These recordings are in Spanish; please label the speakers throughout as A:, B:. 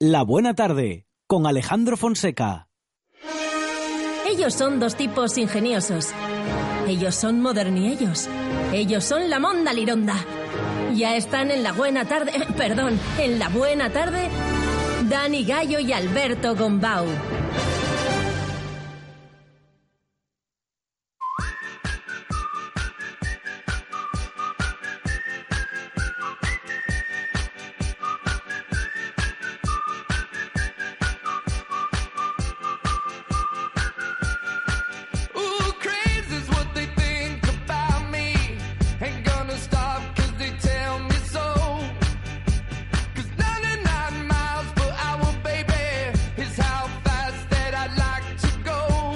A: La Buena Tarde con Alejandro Fonseca.
B: Ellos son dos tipos ingeniosos. Ellos son modernillos. Ellos son la monda lironda. Ya están en la buena tarde, eh, perdón, en la buena tarde, Dani Gallo y Alberto Gombau.
C: Ooh, crazy's what they think about me. Ain't gonna stop 'cause they tell me so. 'Cause 99 miles per hour, baby, is how fast that I like to go.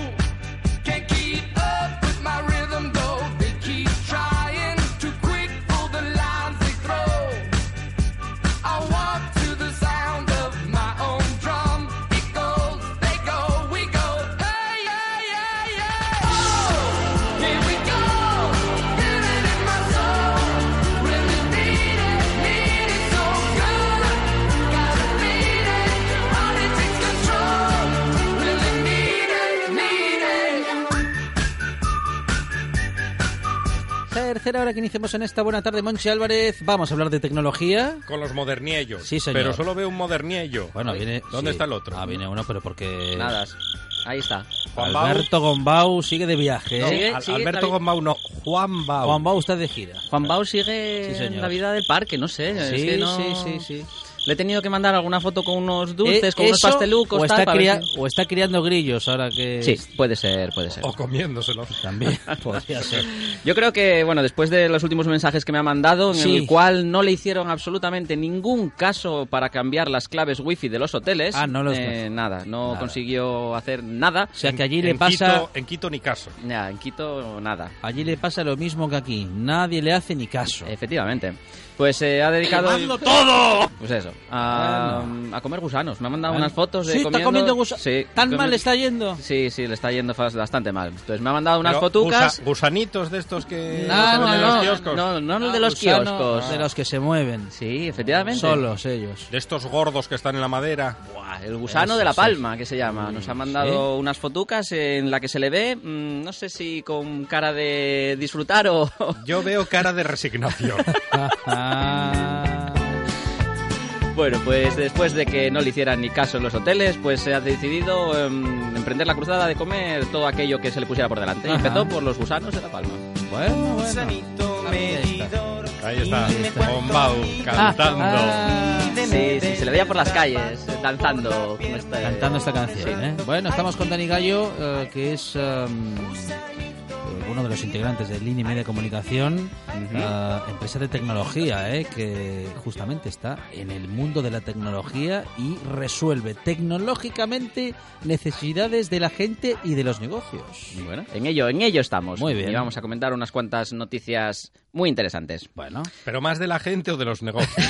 C: Can't keep up with my rhythm though. They keep trying, too quick for the lines they throw. I walk to the sound of my own drum. It goes, they go, we go. Hey, hey, hey, hey. Oh, here we go. Feel it in my soul. Really need it, need it so good. Gotta beat it. Your body takes control. Really need it, need it.
D: Tercera hora que iniciamos en esta buena tarde, Monchi Álvarez. Vamos a hablar de tecnología.
E: Con los moderniellos.
D: Sí, señor.
E: Pero solo veo un moderniello.
D: Bueno, viene.
E: ¿Dónde
D: sí.
E: está el otro?
D: Ah, viene uno, pero porque.
F: Nada. Ahí está.
E: Juan Bau.
D: Alberto Gombau sigue de viaje.
E: No,
D: ¿eh?
F: Sigue,
E: Al-
F: sigue,
E: Alberto
F: David.
E: Gombau, no. Juan Bau.
D: Juan Bau está de gira.
F: Juan Bau sigue
D: Sí, señor.
F: en la vida del parque, no sé. Eh, es
D: Sí,
F: que no-
D: sí, sí, sí.
F: Le he tenido que mandar alguna foto con unos
D: Eh,
F: dulces, con unos
D: eso,
F: pastelucos,
D: o
F: tal,
D: está,
F: para ver
D: cria-
F: si-
D: o está criando grillos ahora que.
F: Sí, Eh, puede ser, puede ser.
E: O comiéndoselo.
D: También podría ser.
F: Yo creo que, bueno, después de los últimos mensajes que me ha mandado, en
D: Sí.
F: el cual no le hicieron absolutamente ningún caso para cambiar las claves wifi de los hoteles.
D: Ah, no los-
F: eh, Nada, no
D: Nada.
F: consiguió hacer nada.
D: O sea que allí
E: En-
D: le
E: en
D: pasa.
E: Quito- en Quito ni caso.
F: Ya, en Quito, nada.
D: Allí le pasa lo mismo que aquí. Nadie le hace ni caso.
F: Eh, Efectivamente. Pues se ha dedicado...
D: todo! Ah.
F: Pues eso, a, a comer gusanos. Me ha mandado unas fotos de
D: Sí, está
F: comiendo...
D: comiendo gusa-
F: Sí,
D: Tan
F: come-
D: mal le está yendo.
F: Sí, sí, le está yendo fas- bastante mal. Entonces me ha mandado unas
E: Pero
F: fotucas...
E: gusa- gusanitos de estos que.
D: No,
E: se
D: Ah, no,
E: venden en los
D: no,
E: kioscos.
F: no, no, no
D: Ah,
F: de los
D: gusano,
F: kioscos.
D: De los que se mueven.
F: Sí, efectivamente.
D: Solos ellos.
E: De estos gordos que están en la madera.
F: Buah, el gusano de la palma, que se llama. Nos ha mandado unas fotucas en la que se le ve, mm, no sé si con cara de disfrutar o...
E: Yo veo cara de resignación.
F: Ah. bueno, pues después de que no le hicieran ni caso en los hoteles, pues se ha decidido em, emprender la cruzada de comer todo aquello que se le pusiera por delante. Y
D: Ajá.
F: Empezó por los gusanos de la palma.
D: bueno, bueno.
E: Ahí está. Juan Bau cantando.
D: Ah,
F: Sí, sí, se le veía por las calles, eh, danzando. con este-
D: Cantando esta canción, ¿eh? Bueno, estamos con Dani Gallo, eh, que es eh,
G: em, eh,
D: uno de los integrantes de Línea y Media Comunicación, eh, empresa de tecnología, eh, que justamente está en el mundo de la tecnología y resuelve tecnológicamente necesidades de la gente y de los negocios.
F: Bueno, en ello, en ello estamos.
D: Muy bien.
F: Y vamos a comentar unas cuantas noticias muy interesantes.
D: Bueno,
E: Pero más de la gente o de los negocios.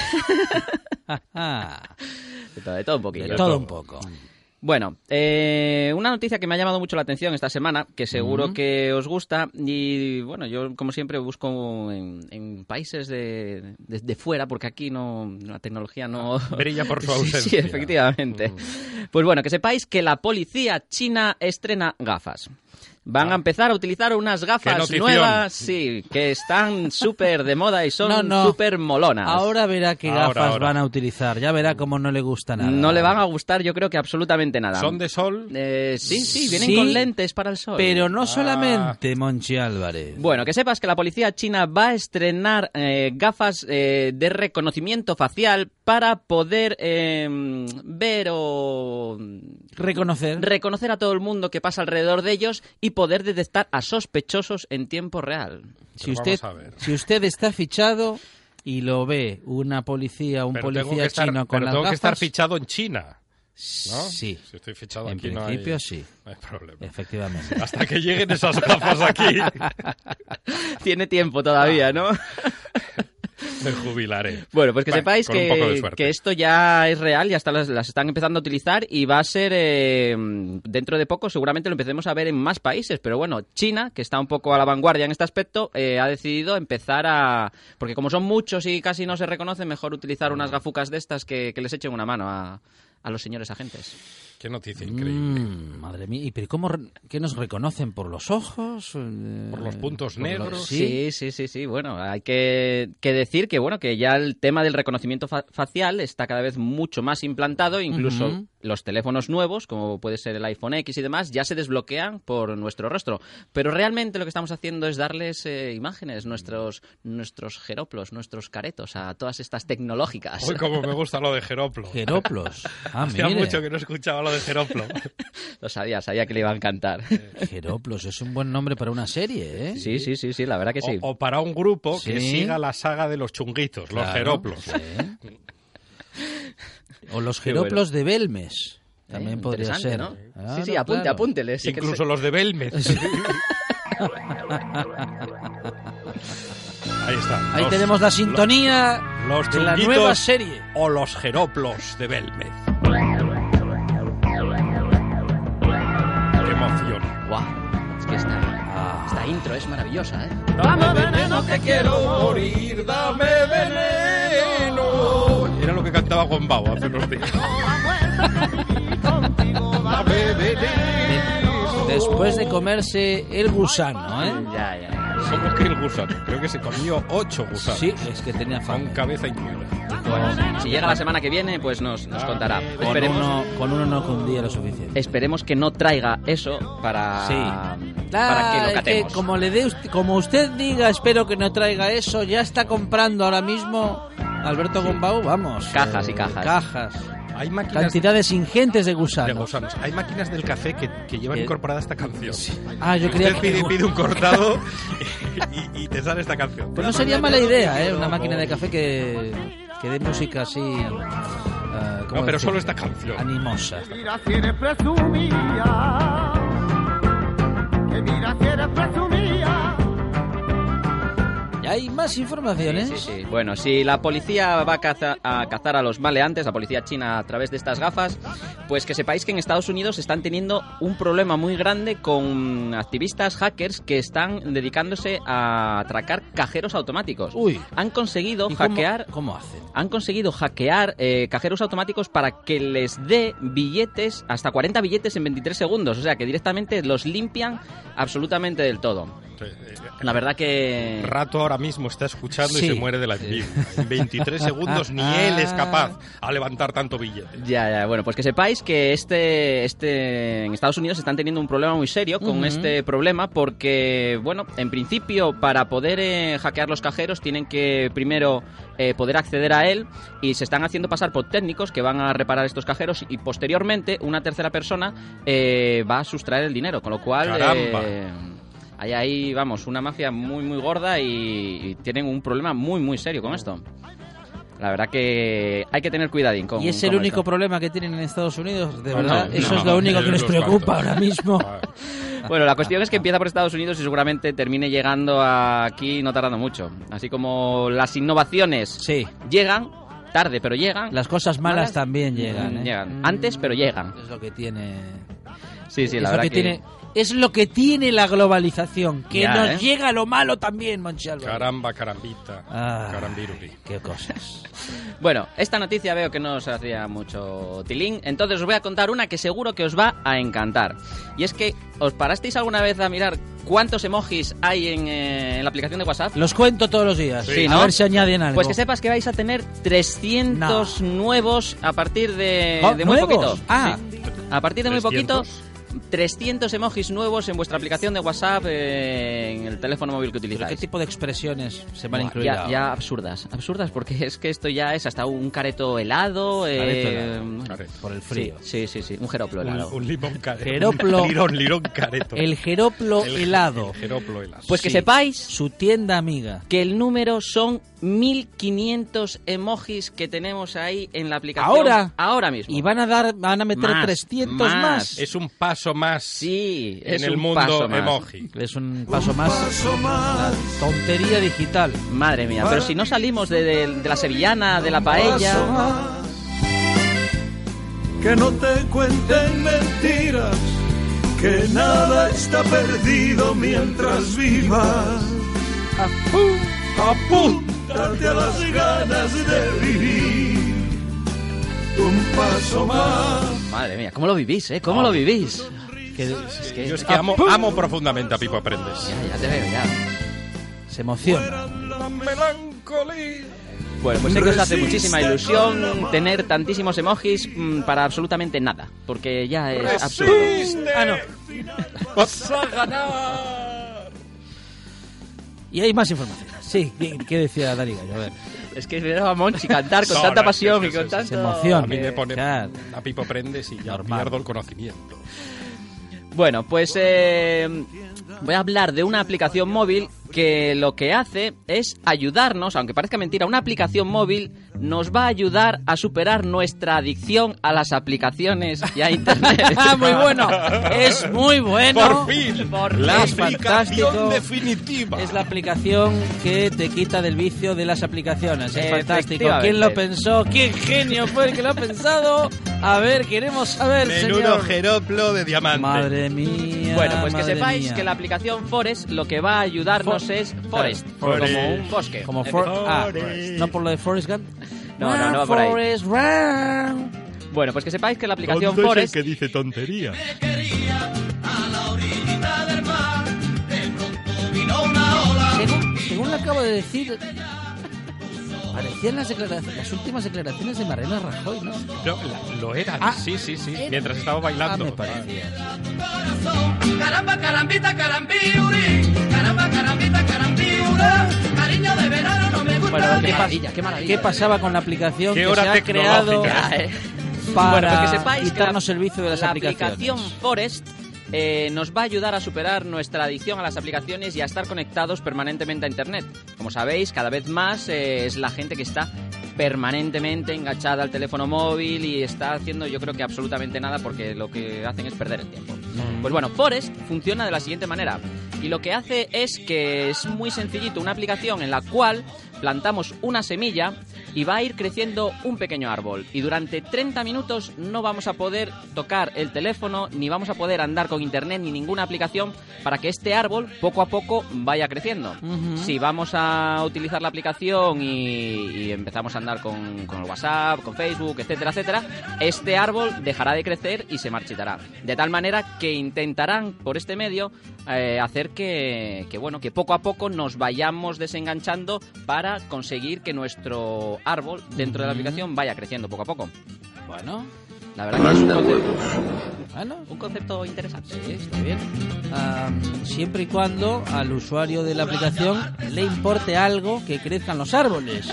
D: ah,
F: De todo, de todo un poquillo.
D: de todo un poco.
F: Bueno, eh, una noticia que me ha llamado mucho la atención esta semana, que seguro que os gusta, y bueno, yo como siempre busco en, en países de, de- de fuera, porque aquí no la tecnología no...
E: Ah, Brilla por su
F: Sí,
E: ausencia.
F: Sí, efectivamente. Pues bueno, que sepáis que la policía china estrena gafas. Van a empezar a utilizar unas gafas
E: Ah. notición!
F: nuevas, sí, que están súper de moda y son
D: No, no.
F: súper molonas.
D: Ahora verá qué
E: Ahora,
D: gafas
E: ahora.
D: van a utilizar, ya verá cómo no le gusta nada.
F: No le van a gustar, yo creo que absolutamente nada.
E: Son de sol.
F: Eh, sí, sí, vienen
D: Sí,
F: con lentes para el sol.
D: Pero no solamente Monchi Álvarez.
F: Bueno, que sepas que la policía china va a estrenar eh, gafas eh, de reconocimiento facial para poder eh, ver o
D: Reconocer.
F: reconocer a todo el mundo que pasa alrededor de ellos y poder detectar a sospechosos en tiempo real.
D: si
E: Pero
D: usted,
E: vamos a ver.
D: si usted está fichado y lo ve una policía, un
E: pero tengo,
D: policía
E: que estar,
D: chino con
E: pero
D: las
E: tengo que
D: gafas,
E: estar fichado en China. ¿no?
D: Sí.
E: Si estoy fichado
D: En
E: aquí no hay-
D: principio, sí.
E: No hay problema.
D: Efectivamente.
E: Hasta que lleguen esas gafas aquí,
F: Tiene tiempo todavía, ¿no?
E: me jubilaré.
F: Bueno, pues que
E: Bueno,
F: sepáis
E: con un poco de
F: que,
E: suerte.
F: que esto ya es real, ya está, las, las están empezando a utilizar y va a ser eh, dentro de poco, seguramente lo empecemos a ver en más países. Pero bueno, China, que está un poco a la vanguardia en este aspecto, eh, ha decidido empezar a. Porque como son muchos y casi no se reconocen, mejor utilizar unas gafucas de estas que, que les echen una mano a, a los señores agentes.
E: Qué noticia increíble.
G: Mm, madre mía. ¿Y pero cómo re- qué nos reconocen por los ojos? Eh,
E: Por los puntos
G: por los-
E: negros.
F: Sí,
G: sí.
F: sí, sí, sí. Bueno, hay que, que decir que bueno que ya el tema del reconocimiento fa- facial está cada vez mucho más implantado. Incluso
G: Ujú.
F: los teléfonos nuevos, como puede ser el iPhone X y demás, ya se desbloquean por nuestro rostro. Pero realmente lo que estamos haciendo es darles eh, imágenes, nuestros nuestros jeroplos, nuestros caretos a todas estas tecnológicas.
E: Hoy como me gusta lo de Geroplo.
G: Jeroplos. Ah,
E: Hacía
G: mire.
E: mucho que no escuchaba lo de Geroplo.
F: Lo sabía, sabía que le iba a encantar.
G: Eh, Jeroplos es un buen nombre para una serie, ¿eh?
F: Sí, sí, sí, sí, la verdad que sí.
E: O, o para un grupo que
G: Sí.
E: siga la saga de los chunguitos, los
G: Claro,
E: Geroplos.
G: sí. O los
F: Qué bueno.
G: Jeroplos de Belmes.
F: Eh,
G: También podría
F: interesante,
G: ser. eh.
F: ¿no? sí,
G: Claro,
F: sí, apunte,
G: claro.
F: apúntele. sé que se-
E: Incluso los de Belmez. Ahí está.
G: Ahí
E: los-
G: tenemos la sintonía
E: Los
G: de la
E: chunguitos
G: nueva serie.
E: o los Geroplos de Belmez. Qué emoción.
F: Guau, es que
G: Ah,
F: esta, esta intro es maravillosa, ¿eh?
E: Era lo que cantaba Juan Bau hace unos días.
G: Después de comerse el gusano, ¿eh?
F: Ya, ya.
E: Somos que el gusano. Creo que se comió ocho gusanos.
G: Sí, es que tenía
E: Con
G: fan.
E: cabeza incluida.
F: Pues, si llega la semana que viene, pues nos, nos contará.
G: Con
F: Esperemos,
G: uno, con uno no cundía lo suficiente.
F: esperemos que no traiga eso para,
G: Sí.
F: para que
G: Ah,
F: lo
G: es
F: catemos.
G: como, le dé usted, como usted diga, espero que no traiga eso, ya está comprando ahora mismo Alberto Gombau, vamos.
F: Cajas y cajas.
G: Cajas.
E: Hay máquinas
G: Cantidades ingentes de
E: de
G: gusanos.
E: gusanos. Hay máquinas del café que, que llevan
G: Eh,
E: incorporada esta canción.
G: Ah, yo
E: Usted
G: creía
E: pide,
G: que...
E: pide un cortado y, y te sale esta canción.
G: Pues no sería mala idea, ¿eh? Una máquina de café que, que dé música así... ah, ¿cómo
E: No, pero
G: decirlo?
E: solo esta canción.
G: Ah, Animosa.
H: Mira si eres presumida, que mira si eres presumida.
G: Y hay más informaciones.
F: Sí, sí. Bueno, si la policía va a, caza- a cazar a los maleantes, la policía china a través de estas gafas, pues que sepáis que en Estados Unidos están teniendo un problema muy grande con activistas hackers que están dedicándose a atracar cajeros automáticos.
G: Uy.
F: Han conseguido
G: ¿Y cómo-
F: hackear
G: ¿Cómo, hacen?
F: han conseguido hackear eh, cajeros automáticos para que les dé billetes, hasta 40 billetes en 23 segundos. O sea, que directamente los limpian absolutamente del todo.
E: Sí, eh,
F: La verdad que...
E: Rato ahora mismo está escuchando
G: Sí. Ah.
E: y se muere de la envidia. En 23 segundos ni él es capaz a levantar tanto billete.
F: Ya, ya, bueno, pues que sepáis que este, este, en Estados Unidos están teniendo un problema muy serio con
G: Ujú.
F: este problema porque, bueno, en principio para poder eh, hackear los cajeros tienen que primero eh, poder acceder a él y se están haciendo pasar por técnicos que van a reparar estos cajeros y posteriormente una tercera persona eh, va a sustraer el dinero, con lo cual...
E: Caramba.
F: eh, hay ahí, vamos, una mafia muy, muy gorda y, y tienen un problema muy, muy serio con esto. La verdad que hay que tener cuidadín con
G: y Pues es el
F: con
G: único
F: esto.
G: problema que tienen en Estados Unidos, de
E: No,
G: verdad.
E: no,
G: Eso
E: no,
G: es lo único
E: es
G: que les
E: los
G: preocupa
E: cuantos.
G: ahora mismo.
E: Ah,
F: Bueno, la cuestión es que empieza por Estados Unidos y seguramente termine llegando a aquí no tardando mucho. Así como las innovaciones
G: Sí,
F: llegan tarde, pero llegan.
G: las cosas malas también llegan. ¿eh?
F: Llegan. Antes, pero llegan.
G: Es lo que tiene.
F: Sí, sí,
G: es
F: la
G: lo
F: verdad
G: que tiene. Es lo que tiene la globalización, que
F: Ya,
G: nos
F: ¿eh?
G: llega lo malo también, Monchi Álvarez.
E: Caramba, carambita.
G: Ah.
E: Carambiruri.
G: Qué cosas.
F: Bueno, esta noticia veo que no os hacía mucho tilín, entonces os voy a contar una que seguro que os va a encantar. Y es que, ¿os parasteis alguna vez a mirar cuántos emojis hay en, eh, en la aplicación de WhatsApp?
G: Los cuento todos los días.
F: Sí,
G: a
F: ¿no?
G: ver si añaden algo.
F: Pues que sepas que vais a tener 300 nuevos a partir de,
G: Oh,
F: de muy
G: ¿nuevos?
F: poquito.
G: Ah.
F: Sí. A partir de muy poquito,
E: 300.
F: 300 emojis nuevos en vuestra aplicación de WhatsApp eh, en el teléfono móvil que
G: ¿Pero ¿Qué
F: utilizáis.
G: tipo de expresiones se van a
F: Buah,
G: incluir?
F: ya,
G: ahora?
F: ya absurdas, absurdas porque es que esto ya es hasta un careto helado, eh,
G: Careto helado,
F: bueno,
E: Careto.
G: Por el
F: sí,
G: frío.
F: sí, sí, sí, un jeroplo
E: Un,
F: helado.
E: un limón careto.
G: Geroplo.
E: Un lirón, lirón careto.
G: El jeroplo
E: El-
G: helado.
E: el geroplo helado.
F: Pues que
G: Sí.
F: sepáis
G: Su tienda amiga.
F: que el número son 1500 emojis que tenemos ahí en la aplicación
G: Ahora.
F: ahora mismo.
G: Y van a dar, van a meter
F: Más,
G: 300
F: más.
G: más.
E: Es un paso más
F: Sí,
E: en
F: es
E: el
F: un
E: mundo
F: paso más.
E: emoji.
G: Es un paso más. La Tontería digital.
F: Madre mía, pero si no salimos de, de- de la sevillana, de la paella...
C: Que no te cuenten mentiras, que nada está perdido mientras vivas. Apúntate a las ganas de vivir. un paso más.
F: Madre mía, ¿cómo lo vivís, eh? ¿Cómo lo vivís?
G: Que
F: Es que-
E: Yo es que amo, amo profundamente a Pipo Aprendes.
F: Ya, ya te veo, ya.
G: se emociona.
E: La melancolía.
F: Bueno, pues sé que os hace muchísima ilusión tener tantísimos emojis mm, para absolutamente nada, porque ya
G: Eh,
F: es absurdo.
E: Ah, no. Vas a ganar.
G: Y hay más información. Sí, ¿qué, qué decía Dani Gallo? A ver,
F: Es que ver a Monchi cantar con
E: No,
F: tanta
E: no,
F: pasión
E: es que
F: y con
E: eso es- es
F: tanto...
G: emoción.
E: A mí me pone
G: Claro.
E: a Pipo Prendes y ya
G: Normal.
E: pierdo el conocimiento.
F: Bueno, pues eh, voy a hablar de una aplicación móvil que lo que hace es ayudarnos, aunque parezca mentira, una aplicación móvil nos va a ayudar a superar nuestra adicción a las aplicaciones y a Internet.
G: ¡Ah, muy bueno! Es muy bueno.
E: Por fin,
F: por
E: la
F: fin.
E: aplicación
G: Fantástico.
E: definitiva.
G: Es la aplicación que te quita del vicio de las aplicaciones. Es fantástico.
F: Efectivamente.
G: ¿Quién lo pensó? ¿Qué genio fue el que lo ha pensado? A ver, queremos saber,
E: Menudo
G: señor.
E: jeroplo de diamante.
G: Madre mía.
F: Bueno, pues que
G: madre
F: sepáis
G: mía.
F: que la aplicación Forest lo que va a ayudarnos
G: Fo-
F: es Forest,
E: Forest.
F: como un bosque.
G: Como For- ah,
E: Forest.
G: no por lo de Forrest Gump. Ah,
F: No, no, no va por ahí.
G: Forrest Gump.
F: Bueno, pues que sepáis que la aplicación
E: Tonto es el
F: Forest
E: que dice tontería.
G: Según, según lo acabo de decir, parecían las, declaraciones, las últimas declaraciones de Mariana Rajoy, ¿no?
E: No, la- lo eran,
G: Ah,
E: sí, sí, sí.
G: era-
E: Mientras estaba
G: Ah,
E: bailando.
G: me parecía.
I: Caramba, carambita, carambiuri. Caramba, carambita, carambiura. Cariño de verano no me gusta.
F: Bueno,
G: ¿Qué
F: qué
G: pas-
F: maravilla, qué maravilla.
G: ¿Qué pasaba con la aplicación
E: Qué
G: que
E: hora
G: se ha creado
E: tecnológica,
F: Ah, eh.
G: para
F: bueno, pues que sepáis
G: quitarnos
F: que la,
G: el vicio de las
F: la
G: aplicaciones?
F: aplicación Forest eh, nos va a ayudar a superar nuestra adicción a las aplicaciones y a estar conectados permanentemente a Internet. Como sabéis, cada vez más eh, es la gente que está permanentemente enganchada al teléfono móvil y está haciendo yo creo que absolutamente nada porque lo que hacen es perder el tiempo. Pues bueno, Forest funciona de la siguiente manera y lo que hace es que es muy sencillito, una aplicación en la cual plantamos una semilla y va a ir creciendo un pequeño árbol. Y durante 30 minutos no vamos a poder tocar el teléfono, ni vamos a poder andar con internet, ni ninguna aplicación para que este árbol poco a poco vaya creciendo. Si vamos a utilizar la aplicación y, y empezamos a andar con, con el WhatsApp, con Facebook, etcétera, etcétera, este árbol dejará de crecer y se marchitará. De tal manera que intentarán por este medio eh, hacer que, que, bueno, que poco a poco nos vayamos desenganchando para conseguir que nuestro árbol dentro de la aplicación vaya creciendo poco a poco.
G: Bueno,
F: La verdad que es un concepto,
G: bueno.
F: un concepto interesante.
G: Sí, está bien. Ah, siempre y cuando al usuario de la aplicación le importe algo que crezcan los árboles.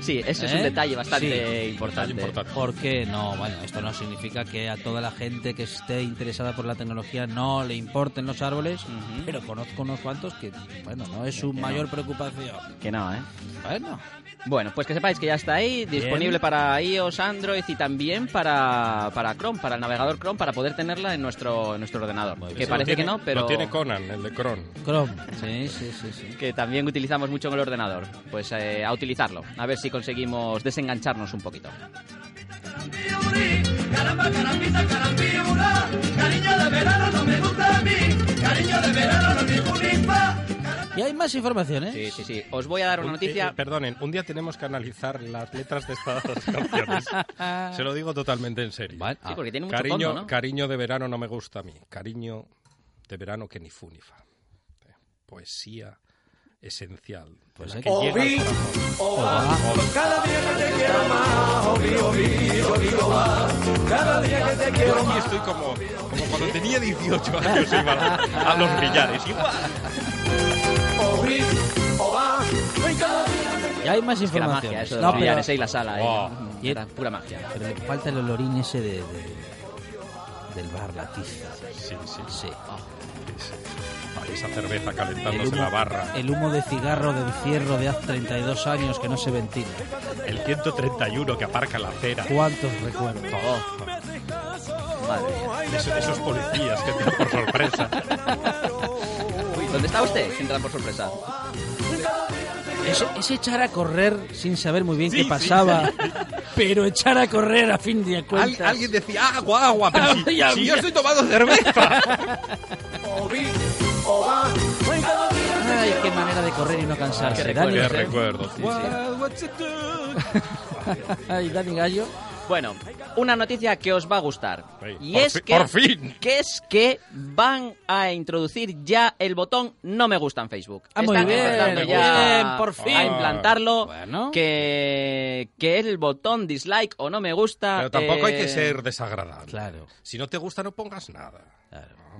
F: Sí, ese es
G: ¿Eh?
F: un detalle bastante
E: Detalle
F: importante.
E: importante.
G: Porque no, bueno, esto no significa que a toda la gente que esté interesada por la tecnología no le importen los árboles,
F: Ujú.
G: pero conozco unos cuantos que, bueno, no es su mayor preocupación.
F: Que no, ¿eh?
G: Bueno,
F: Bueno, pues que sepáis que ya está ahí, disponible para iOS, Android y también para, para Chrome, para el navegador Chrome, para poder tenerla en nuestro, en nuestro ordenador. que
E: Eso lo
F: parece
E: tiene-
F: que no, pero
E: Lo tiene Conan, el de Cron.
G: Chrome. Sí, sí, sí, sí.
F: que también utilizamos mucho en el ordenador. Pues eh, a utilizarlo, a ver si conseguimos desengancharnos un poquito.
I: Caramba, carambita, carambiura. Cariño de verano no me gusta a mí. Cariño de verano no me gusta.
G: Y hay más información, ¿eh?
F: Sí, sí, sí. Os voy a dar una
E: Un- eh, eh,
F: noticia.
E: perdonen, un día tenemos que analizar las letras de estas canciones. Se lo digo totalmente en serio. Ah,
G: Vale.
F: Sí, porque tiene mucho
E: cariño,
F: fondo, ¿no?
E: cariño de verano no me gusta a mí. Cariño de verano que ni fu ni fa. Eh, Poesía esencial. Pues que llega al corazón. Ah. Yo aquí estoy como, como cuando tenía 18 años iba a, a los billares. Igual.
G: Y hay más
F: Que la
G: información.
F: magia, eso de
G: No,
F: los
G: pero,
F: billares ahí, la sala. eh.
E: Wow.
F: Y Era pura magia.
G: pero le falta el olorín ese de, de- del bar La Tiza.
E: Sí, sí, sí.
G: Sí.
E: Vale, esa cerveza
F: Ah, pues
G: El
E: calentándose
G: humo,
E: la barra.
G: el humo de cigarro de encierro de hace 32 años que no se ventila.
E: El 131 que aparca la acera.
G: ¿Cuántos recuerdos?
F: Madre mía.
E: Eso- esos policías que te dan por sorpresa.
F: Uy, ¿Dónde está usted? Entra por sorpresa.
G: Ese, ese echar a correr sin saber muy bien
E: Sí,
G: qué
E: sí,
G: pasaba, pero echar a correr a fin de
E: Al-
G: cuentas.
E: alguien decía agua, agua, pero si,
G: Ay, ay,
E: si
G: ay.
E: yo estoy tomando cerveza.
G: Ay, qué manera de correr y no
E: Ah,
G: cansarse.
F: Qué
G: Dani,
E: Qué recuerdo.
G: Ay, Dani Gallo.
F: Bueno, una noticia que os va a gustar.
E: Ey,
F: Y
E: por
F: es
E: fi-
F: que,
E: por fin.
F: que es que van a introducir ya el botón no me gusta en Facebook.
G: Ah, muy
F: Están
G: bien,
F: empezando
G: muy
F: ya
G: bien, por fin.
F: A implantarlo.
G: Bueno.
F: Que, que el botón dislike o no me gusta.
E: Pero tampoco hay
F: eh,
E: que ser desagradable.
G: Claro.
E: Si no te gusta, no pongas nada.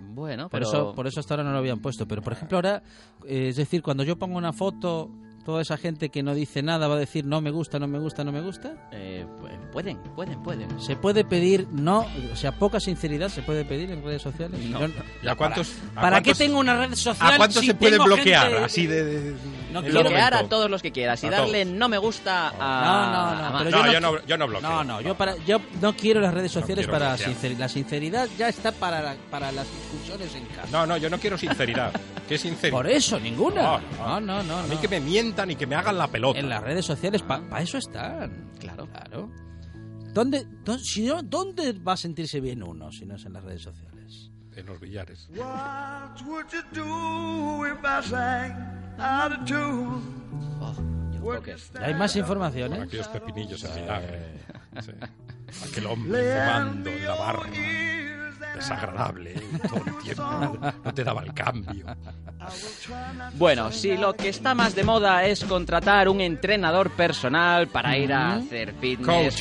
F: Bueno,
G: Por,
F: pero.
G: eso, por eso hasta ahora no lo habían puesto. Pero, por ejemplo, ahora, eh, es decir, cuando yo pongo una foto, toda esa gente que no dice nada va a decir no me gusta, no me gusta, no me gusta.
F: eh, pu- pueden, pueden, pueden.
G: ¿Se puede pedir no? O sea, poca sinceridad se puede pedir en redes sociales. Yo-
E: ¿Y a cuántos, a
G: ¿Para qué
E: cuántos-
G: tengo una red social?
E: ¿A cuántos
G: si
E: se puede
G: tengo
E: bloquear?
G: gente-
E: Así de. de- de-
G: No
E: en
G: quiero
E: un
F: Bloquear a
E: momento?
F: todos los que quieras y
E: A
F: darle
E: todos.
F: no me gusta
G: No,
F: a.
G: no, no.
F: a más.
G: pero
E: No,
G: yo
E: yo
G: no,
E: no- yo no bloqueo.
G: No, no, yo, para, yo no quiero las redes sociales
E: quiero
G: para
E: bloquear.
G: sinceridad. La sinceridad ya está para, la- para las discusiones en casa.
E: No, no, yo no quiero sinceridad. ¿Qué sinceridad?
G: Por eso, ninguna. Ah,
E: No,
G: No, no, no.
E: A mí
G: no.
E: que me mientan y que me hagan la pelota.
G: En las redes sociales, para eso están.
F: Claro.
G: Claro. ¿Dónde, dó- si no, ¿Dónde va a sentirse bien uno si no es en las redes sociales?
E: En los billares.
H: What would you do if I sang out of tune?
F: Yo creo que-
G: Hay más información,
E: Con
G: ¿eh?
E: aquellos pepinillos en vinagre. Sí. Aquel hombre fumando en la barba. Desagradable ¿eh? todo el tiempo. No te daba el cambio.
F: Bueno, si lo que está más de moda es contratar un entrenador personal para ir a hacer fitness,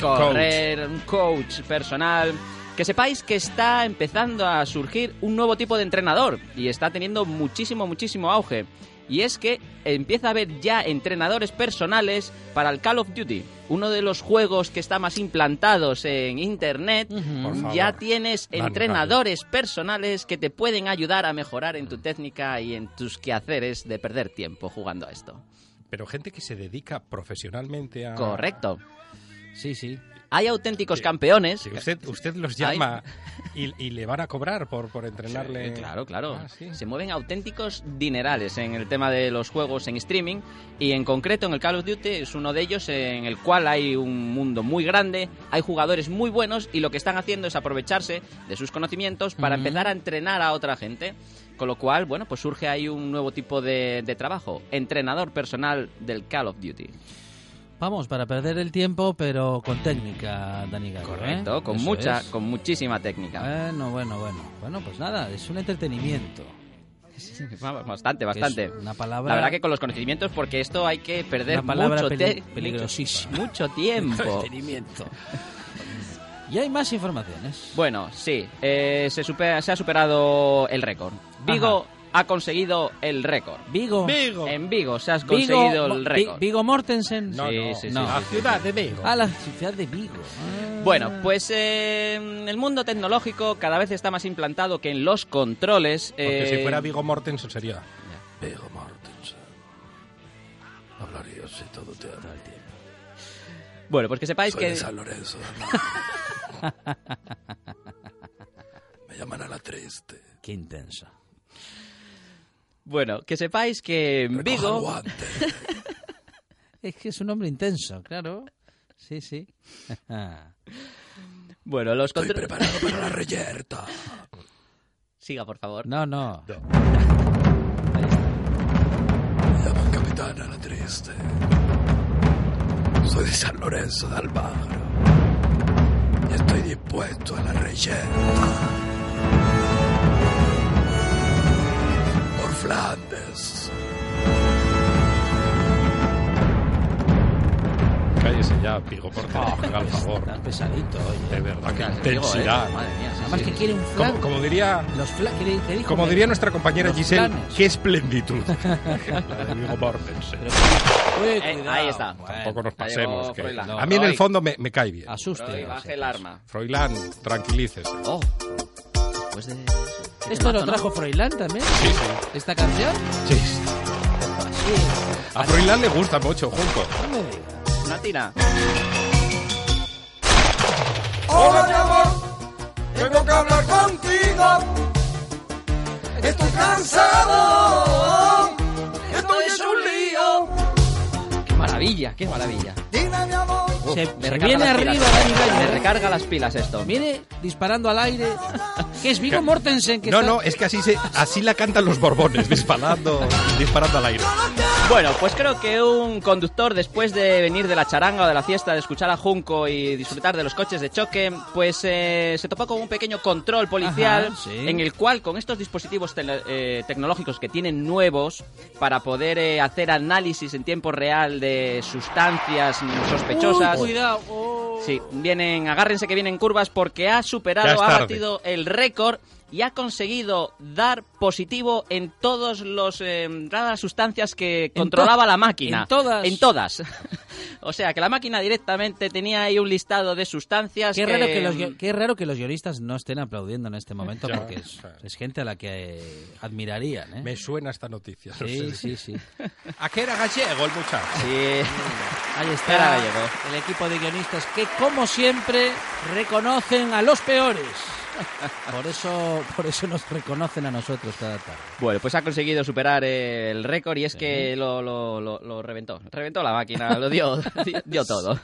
E: Coach, coach.
F: correr, un coach personal, que sepáis que está empezando a surgir un nuevo tipo de entrenador y está teniendo muchísimo, muchísimo auge. Y es que empieza a haber ya entrenadores personales para el Call of Duty, uno de los juegos que está más implantados en Internet.
E: Por favor.
F: Ya tienes
E: Dan,
F: entrenadores personales que te pueden ayudar a mejorar en tu técnica y en tus quehaceres de perder tiempo jugando a esto.
E: Pero gente que se dedica profesionalmente a.
F: Correcto.
G: Sí, sí.
F: Hay
E: Ah.
F: auténticos
E: Sí.
F: campeones.
E: Sí, usted, usted los
F: Ay.
E: llama y, y le van a cobrar por, por entrenarle.
F: Sí, Claro, claro.
E: Ah, sí.
F: Se mueven auténticos dinerales en el tema de los juegos en streaming y en concreto en el Call of Duty es uno de ellos en el cual hay un mundo muy grande, hay jugadores muy buenos y lo que están haciendo es aprovecharse de sus conocimientos para empezar a entrenar a otra gente. Con lo cual, bueno, pues surge ahí un nuevo tipo de, de trabajo, entrenador personal del Call of Duty.
G: Vamos, para perder el tiempo, pero con técnica, Dani Gallo, ¿eh?
F: Correcto, con
G: Eso
F: mucha,
G: es.
F: con muchísima técnica.
G: Bueno, bueno, bueno. Bueno, pues nada, es un entretenimiento.
F: Bastante,
G: Que
F: bastante.
G: es una palabra...
F: La verdad que con los conocimientos, porque esto hay que perder
G: Una palabra
F: mucho,
G: peli-
F: te-
G: peligrosísima.
F: mucho tiempo.
G: entretenimiento. y hay más informaciones.
F: bueno, sí, eh, se, supera- se ha superado el récord. Vigo ha conseguido el récord.
G: Vigo.
E: Vigo.
F: En Vigo se has
G: Vigo-
F: conseguido
G: Mo-
F: el
G: Vi-
F: récord.
G: Vigo Mortensen.
E: No,
F: Sí,
E: no,
F: sí,
G: sí,
E: no.
G: sí,
E: La
G: sí,
E: ciudad de Vigo.
G: A la ciudad de Vigo. Ah,
F: Bueno, pues eh, el mundo tecnológico cada vez está más implantado que en los controles.
E: Porque
F: eh,
E: si fuera Vigo Mortensen sería. Vigo Mortensen. Hablaría así todo, te- el tiempo.
F: Bueno, pues que sepáis que...
E: Lorenzo. Me llaman a la triste.
G: Qué intensa.
F: Bueno, que sepáis que en Vigo...
G: Es que es un hombre intenso, claro. Sí, sí.
F: Bueno, los controles...
E: preparado para la reyerta.
F: Siga, por favor.
G: No, no.
E: Me llaman capitán a la triste. Soy de San Lorenzo de Almagro. Y estoy dispuesto a la reyerta. Por Flandes. Cállese ya, Pigo, por
F: Ah,
E: favor.
F: pues,
G: Estás pesadito, oye.
E: De verdad, qué
F: Digo, eh,
E: intensidad.
F: madre mía, sí,
G: Además
F: sí.
G: que quiere un flan.
E: Como, como diría,
G: Los flan, que le- te dijo
E: como
G: que-
E: diría nuestra compañera
G: Los
E: Giselle,
G: planes.
E: qué esplenditud. La de Viggo Mortensen.
G: Uy,
F: Eh,
G: cuidado.
F: ahí está.
G: Bueno,
E: pues, Tampoco nos
F: ha llegado
E: pasemos. que-
F: Froilán.
E: A mí en el
F: Ay. Ah.
E: fondo me, me cae bien.
G: Asuste.
F: Pero ahí baje el arma.
E: Froilán, tranquilícese.
F: pues- Oh. Después de...
G: Esto lo trajo Froilán también. Esta canción.
E: Sí. A Froilán le gusta mucho, Junco.
G: No me digas.
F: Una tira.
C: Hola, mi amor, tengo que hablar contigo. Estoy cansado. Esto es un lío.
F: Qué maravilla, qué maravilla. Oh,
C: Dime, mi amor,
F: Me
G: Se, se
F: recarga
G: viene
F: las pilas.
G: arriba Dani Gallo.
F: Me recarga las pilas esto.
G: Viene disparando al aire. Que es Vigo Mortensen que
E: No,
G: está-
E: no, es que así, se, así la cantan los borbones, disparando, disparando al aire.
F: Bueno, pues creo que un conductor, después de venir de la charanga o de la fiesta, de escuchar a Junco y disfrutar de los coches de choque, pues eh, se topó con un pequeño control policial
G: Ajá, sí.
F: en el cual, con estos dispositivos tele- eh, tecnológicos que tienen nuevos para poder eh, hacer análisis en tiempo real de sustancias mm, sospechosas.
G: cuidado.
F: Sí, vienen, agárrense que vienen curvas porque ha
E: Ya
F: superado,
E: es
F: ha
E: tarde.
F: batido el récord y ha conseguido dar positivo en todos los eh, todas las sustancias que controlaba la máquina.
G: en todas.
F: En todas. o sea, que la máquina directamente tenía ahí un listado de sustancias
G: Qué
F: que, mm,
G: raro, que mm, los, gui- qué raro que los guionistas no estén aplaudiendo en este momento
E: Ya,
G: porque es,
E: claro.
G: es gente a la que eh, admirarían. ¿eh?
E: Me suena esta noticia. no sé
G: Sí,
E: de
G: sí,
E: qué.
G: sí.
E: ¿A qué era gallego el muchacho?
F: Sí.
G: Ahí
F: Ahora
G: está
F: llegó.
G: el equipo de guionistas que, como siempre, reconocen a los peores. Por eso, por eso nos reconocen a nosotros cada tarde.
F: Bueno, pues ha conseguido superar eh, el récord y es que lo, lo, lo- lo reventó. Reventó la máquina, lo dio, dio- dio todo.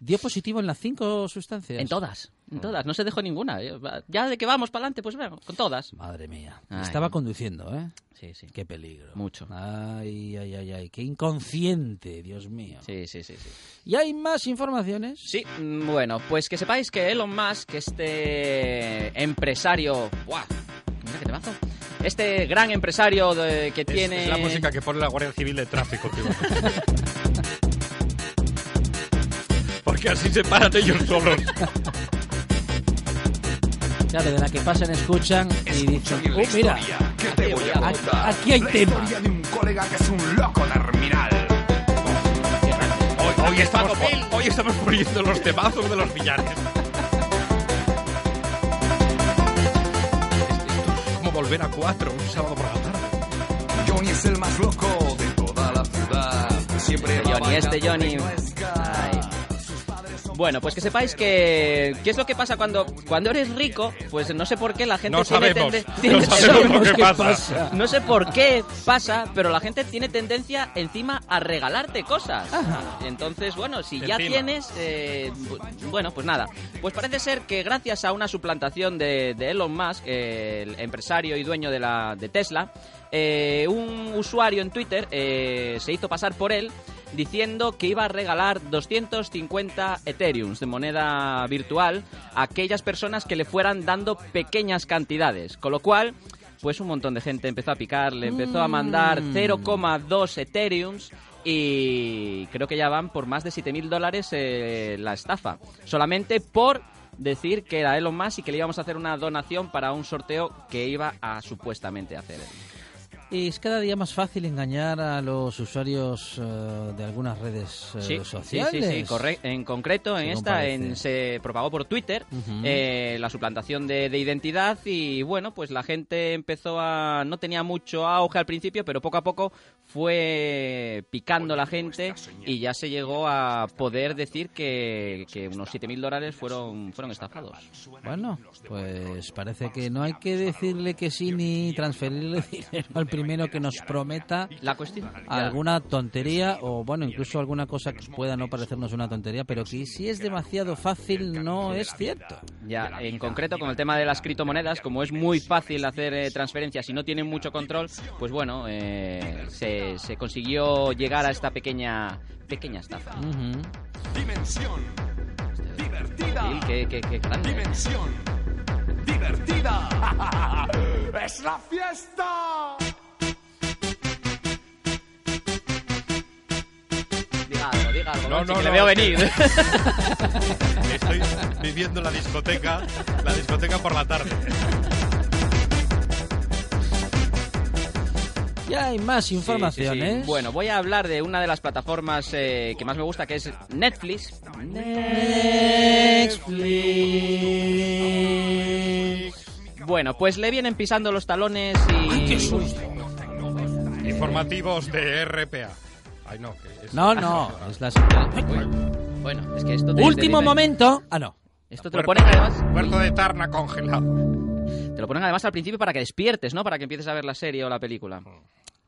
G: ¿Dio positivo en las cinco sustancias?
F: En todas, en todas, no se dejó ninguna. Ya de que vamos para adelante, pues bueno, con todas.
G: Madre mía.
F: Ay.
G: Estaba conduciendo, ¿eh?
F: Sí, sí.
G: Qué peligro.
F: Mucho.
G: Ay, ay, ay, ay. Qué inconsciente, Dios mío.
F: Sí, sí, sí, sí.
G: ¿Y hay más informaciones?
F: Sí, mm, bueno, pues que sepáis que Elon Musk, este empresario... ¡Buah! Mira qué temazo. Este gran empresario de- que
E: Es-
F: tiene...
E: Es, la música que pone la Guardia Civil de Tráfico. tío. Porque así se paran ellos solos.
G: Claro, de la que pasan, escuchan y dicen, "Oh, mira,
J: que te voy a
G: aquí,
J: contar.
G: aquí hay
J: La
G: tema.
J: historia de un colega que es un loco terminal.
E: Hoy, hoy estamos, hoy estamos poniendo los temazos de los villanes. Como volver a cuatro un sábado por la tarde.
J: Johnny es el más loco de toda la ciudad. Siempre va
F: Johnny, este
J: bailando
F: Johnny.
J: y no escapa.
F: Ay. Bueno, pues que sepáis que... ¿Qué es lo que pasa cuando, cuando eres rico? Pues no sé por qué la gente
E: No
F: tiene
E: sabemos.
F: tende-
E: No
F: tiene-
E: sabemos lo que
G: qué
E: pasa.
G: pasa.
F: No sé por qué pasa, pero la gente tiene tendencia encima a regalarte cosas. Entonces, bueno, si ya
E: Encima.
F: tienes, eh, bu- bueno, pues nada. Pues parece ser que gracias a una suplantación de, de Elon Musk, eh, el empresario y dueño de, la, de Tesla, eh, un usuario en Twitter eh, se hizo pasar por él diciendo que iba a regalar 250 Ethereums de moneda virtual a aquellas personas que le fueran dando pequeñas cantidades. Con lo cual, pues un montón de gente empezó a picar, le empezó a mandar 0,2 Ethereums y creo que ya van por más de 7.000 dólares eh, la estafa. Solamente por decir que era Elon Musk y que le íbamos a hacer una donación para un sorteo que iba a supuestamente hacer.
G: Y es cada día más fácil engañar a los usuarios eh, de algunas redes eh, sociales.
F: Sí, sí, sí, corre- En concreto, en
G: Según
F: esta
G: parece.
F: en- se propagó por Twitter
G: Ujú.
F: eh, la suplantación de, de identidad y bueno, pues la gente empezó a... no tenía mucho auge al principio, pero poco a poco fue picando la gente y ya se llegó a poder decir que, que unos 7.000 dólares fueron, fueron estafados.
G: Bueno, pues parece que no hay que decirle que sí ni transferirle dinero al primero que nos prometa
F: La cuestión...
G: alguna tontería o bueno, incluso alguna cosa que pueda no parecernos una tontería, pero que si es demasiado fácil no es cierto.
F: Ya, en concreto con el tema de las criptomonedas, como es muy fácil hacer eh, transferencias y no tienen mucho control, pues bueno, eh, se, se consiguió llegar a esta pequeña pequeña estafa.
G: Ujú.
F: este-
J: Dimensión.
F: Gil,
J: Divertida.
F: qué- qué- qué grande.
J: Dimensión. Divertida. es la fiesta.
F: Diga algo, diga algo,
E: No,
F: Monchi,
E: no,
F: que le
E: no,
F: veo
E: es
F: venir.
E: Estoy viviendo la discoteca, la discoteca por la tarde.
G: Ya hay más
F: Sí, sí, sí.
G: informaciones.
F: Bueno, voy a hablar de una de las plataformas eh, que más me gusta, que es Netflix. Bueno, pues le vienen pisando los talones y...
E: Informativos de RPA. Ay, no. que es-
G: No, no, es la
F: Bueno, es que esto... te-
G: Último
F: te-
G: momento. Ah, no.
F: Esto te lo ponen además...
E: Puerto de Tarna congelado.
F: Te lo ponen además al principio para que despiertes, ¿no? Para que empieces a ver la serie o la película.
G: Mm.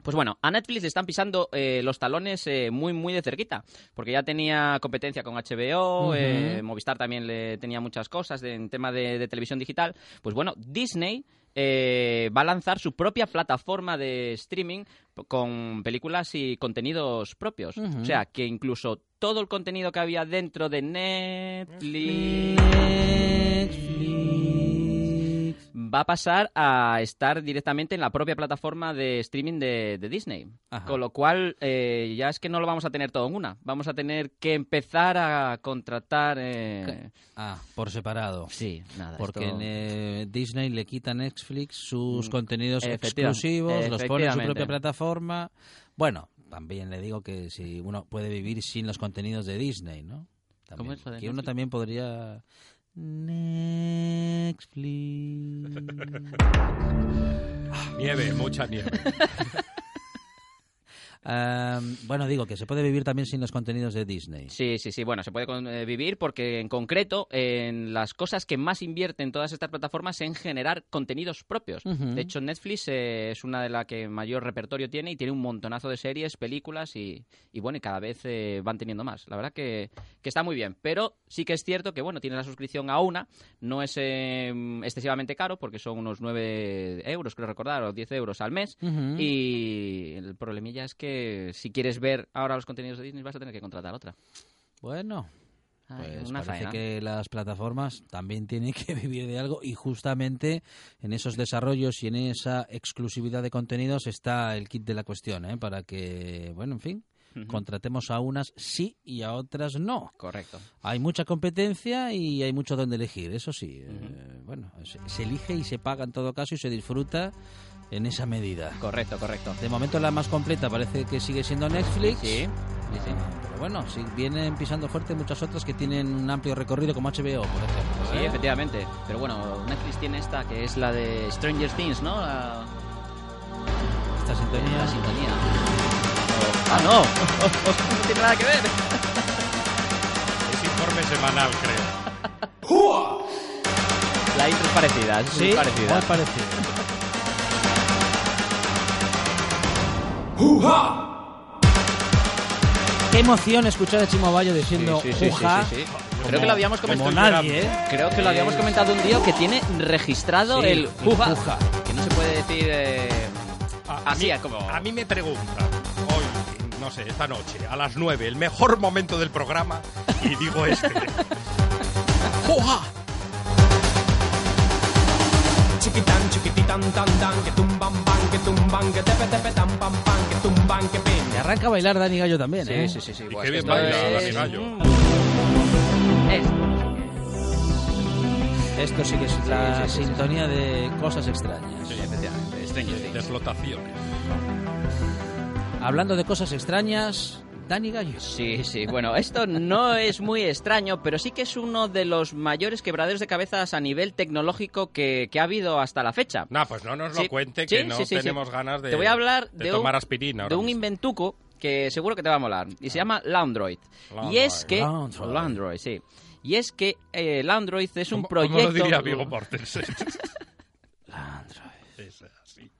F: Pues bueno, a Netflix le están pisando eh, los talones eh, muy, muy de cerquita, porque ya tenía competencia con HBO,
G: Ujú.
F: eh, Movistar también le tenía muchas cosas de- en tema de, de televisión digital. Pues bueno, Disney eh, va a lanzar su propia plataforma de streaming con películas y contenidos propios.
G: Ujú.
F: O sea, que incluso todo el contenido que había dentro de Netflix... va a pasar a estar directamente en la propia plataforma de streaming de, de Disney.
G: Ajá.
F: Con lo cual, eh, ya es que no lo vamos a tener todo en una. Vamos a tener que empezar a contratar... eh,
G: Ah, por separado.
F: Sí, nada.
G: Porque
F: esto-
G: en, eh, Disney le quita a Netflix sus
F: Mm,
G: contenidos
F: efectiva-
G: exclusivos, los pone en su
F: efectivamente.
G: propia plataforma. Bueno, también le digo que si uno puede vivir sin los contenidos de Disney, ¿no? También,
F: ¿Cómo es lo de
G: que uno
F: Netflix?
G: también podría... Netflix.
E: Nieve, mucha nieve.
G: Am, bueno, digo que se puede vivir también sin los contenidos de Disney.
F: Sí, sí, sí. Bueno, se puede con- eh, vivir porque, en concreto, en las cosas que más invierten todas estas plataformas es en generar contenidos propios.
G: Ujú.
F: De hecho, Netflix eh, es una de las que mayor repertorio tiene y tiene un montonazo de series, películas y, y bueno, y cada vez eh, van teniendo más. La verdad que, que está muy bien. Pero sí que es cierto que, bueno, tiene la suscripción a una. No es eh, excesivamente caro porque son unos 9 euros, creo recordar, o 10 euros al mes.
G: Ujú.
F: Y el problemilla es que si quieres ver ahora los contenidos de Disney vas a tener que contratar otra.
G: Bueno,
F: Ay,
G: pues
F: una
G: parece
F: Ah, faena.
G: que las plataformas también tienen que vivir de algo y justamente en esos desarrollos y en esa exclusividad de contenidos está el kit de la cuestión, ¿eh? Para que, bueno, en fin,
F: Ujú.
G: contratemos a unas sí y a otras no.
F: Correcto.
G: Hay mucha competencia y hay mucho donde elegir, eso sí. eh, bueno, se, se elige y se paga en todo caso y se disfruta en esa medida.
F: Correcto, correcto.
G: De momento la más completa parece que sigue siendo Netflix.
F: Sí, sí, sí.
G: Ah, Pero bueno, sí, vienen pisando fuerte muchas otras que tienen un amplio recorrido como HBO, por ejemplo.
F: Sí,
G: ¿eh?
F: efectivamente. Pero bueno, Netflix tiene esta que es la de Stranger Things, ¿no? La,
G: Esta
F: la
G: sintonía.
F: sintonía. ¡Ah, no! no tiene nada que ver.
E: Es informe semanal, creo.
F: La intro es parecida, es muy parecida.
G: muy parecida. Qué emoción escuchar a Chimo Bayo diciendo
F: Sí, sí, sí,
G: "Jujá",
F: sí, sí, sí.
G: como-
F: Creo que lo habíamos
G: como
F: comentado.
G: nadie, ¿eh?
F: Creo que lo habíamos comentado un día que tiene registrado
G: Sí,
F: el
G: el
F: juja.
G: juja.
F: Que no se puede decir eh,
E: A- a
F: así,
E: mí-
F: como.
E: A mí me preguntan hoy, no sé, esta noche, a las 9, el mejor momento del programa, y digo este. ¡Joa!
K: Chiquitán, chiquititán, tan, tan, que tumban, pan, que tumban, que tepe, tepe, tan, pan, pan, que tumban, que pin.
G: Y arranca a bailar Dani Gallo también,
F: Sí,
G: ¿eh?
F: sí, sí, sí.
E: Y
F: buah,
E: qué
F: es que mm.
E: bien
F: esto
E: baila
F: es-
E: Dani Gallo.
G: Esto sí que es
F: sí,
G: la
F: sí, sí.
G: sintonía de cosas extrañas.
F: Sí, efectivamente, Stranger Things.
E: De flotaciones.
G: Hablando de cosas extrañas, Dani Gallo.
F: Sí, sí. Bueno, esto no es muy extraño, pero sí que es uno de los mayores quebraderos de cabezas a nivel tecnológico que, que ha habido hasta la fecha.
E: Nah, pues no nos
F: Sí.
E: lo cuente, que
F: Sí,
E: no
F: sí, sí, sí.
E: tenemos ganas de,
F: Te voy a hablar
E: de
F: de
E: tomar
F: un-
E: aspirina.
F: de
E: ahora
F: un
E: mismo. Ah.
F: inventuco que seguro que te va a molar. Y se llama Landroid. Y es que...
G: Landroid.
F: Landroid, sí. Y es que eh, Landroid es un
E: ¿Cómo-
F: proyecto...
E: ¿Cómo lo diría Vigo Mortensen? Es así.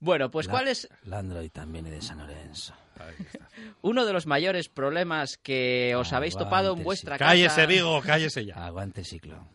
F: Bueno, pues ¿cuál es
G: Landroid también es de San Lorenzo.
E: Ahí está.
F: uno de los mayores problemas que os habéis topado en
G: Aguante,
F: vuestra casa?
E: Cállese, Vigo, cállese ya.
G: Aguante ciclo.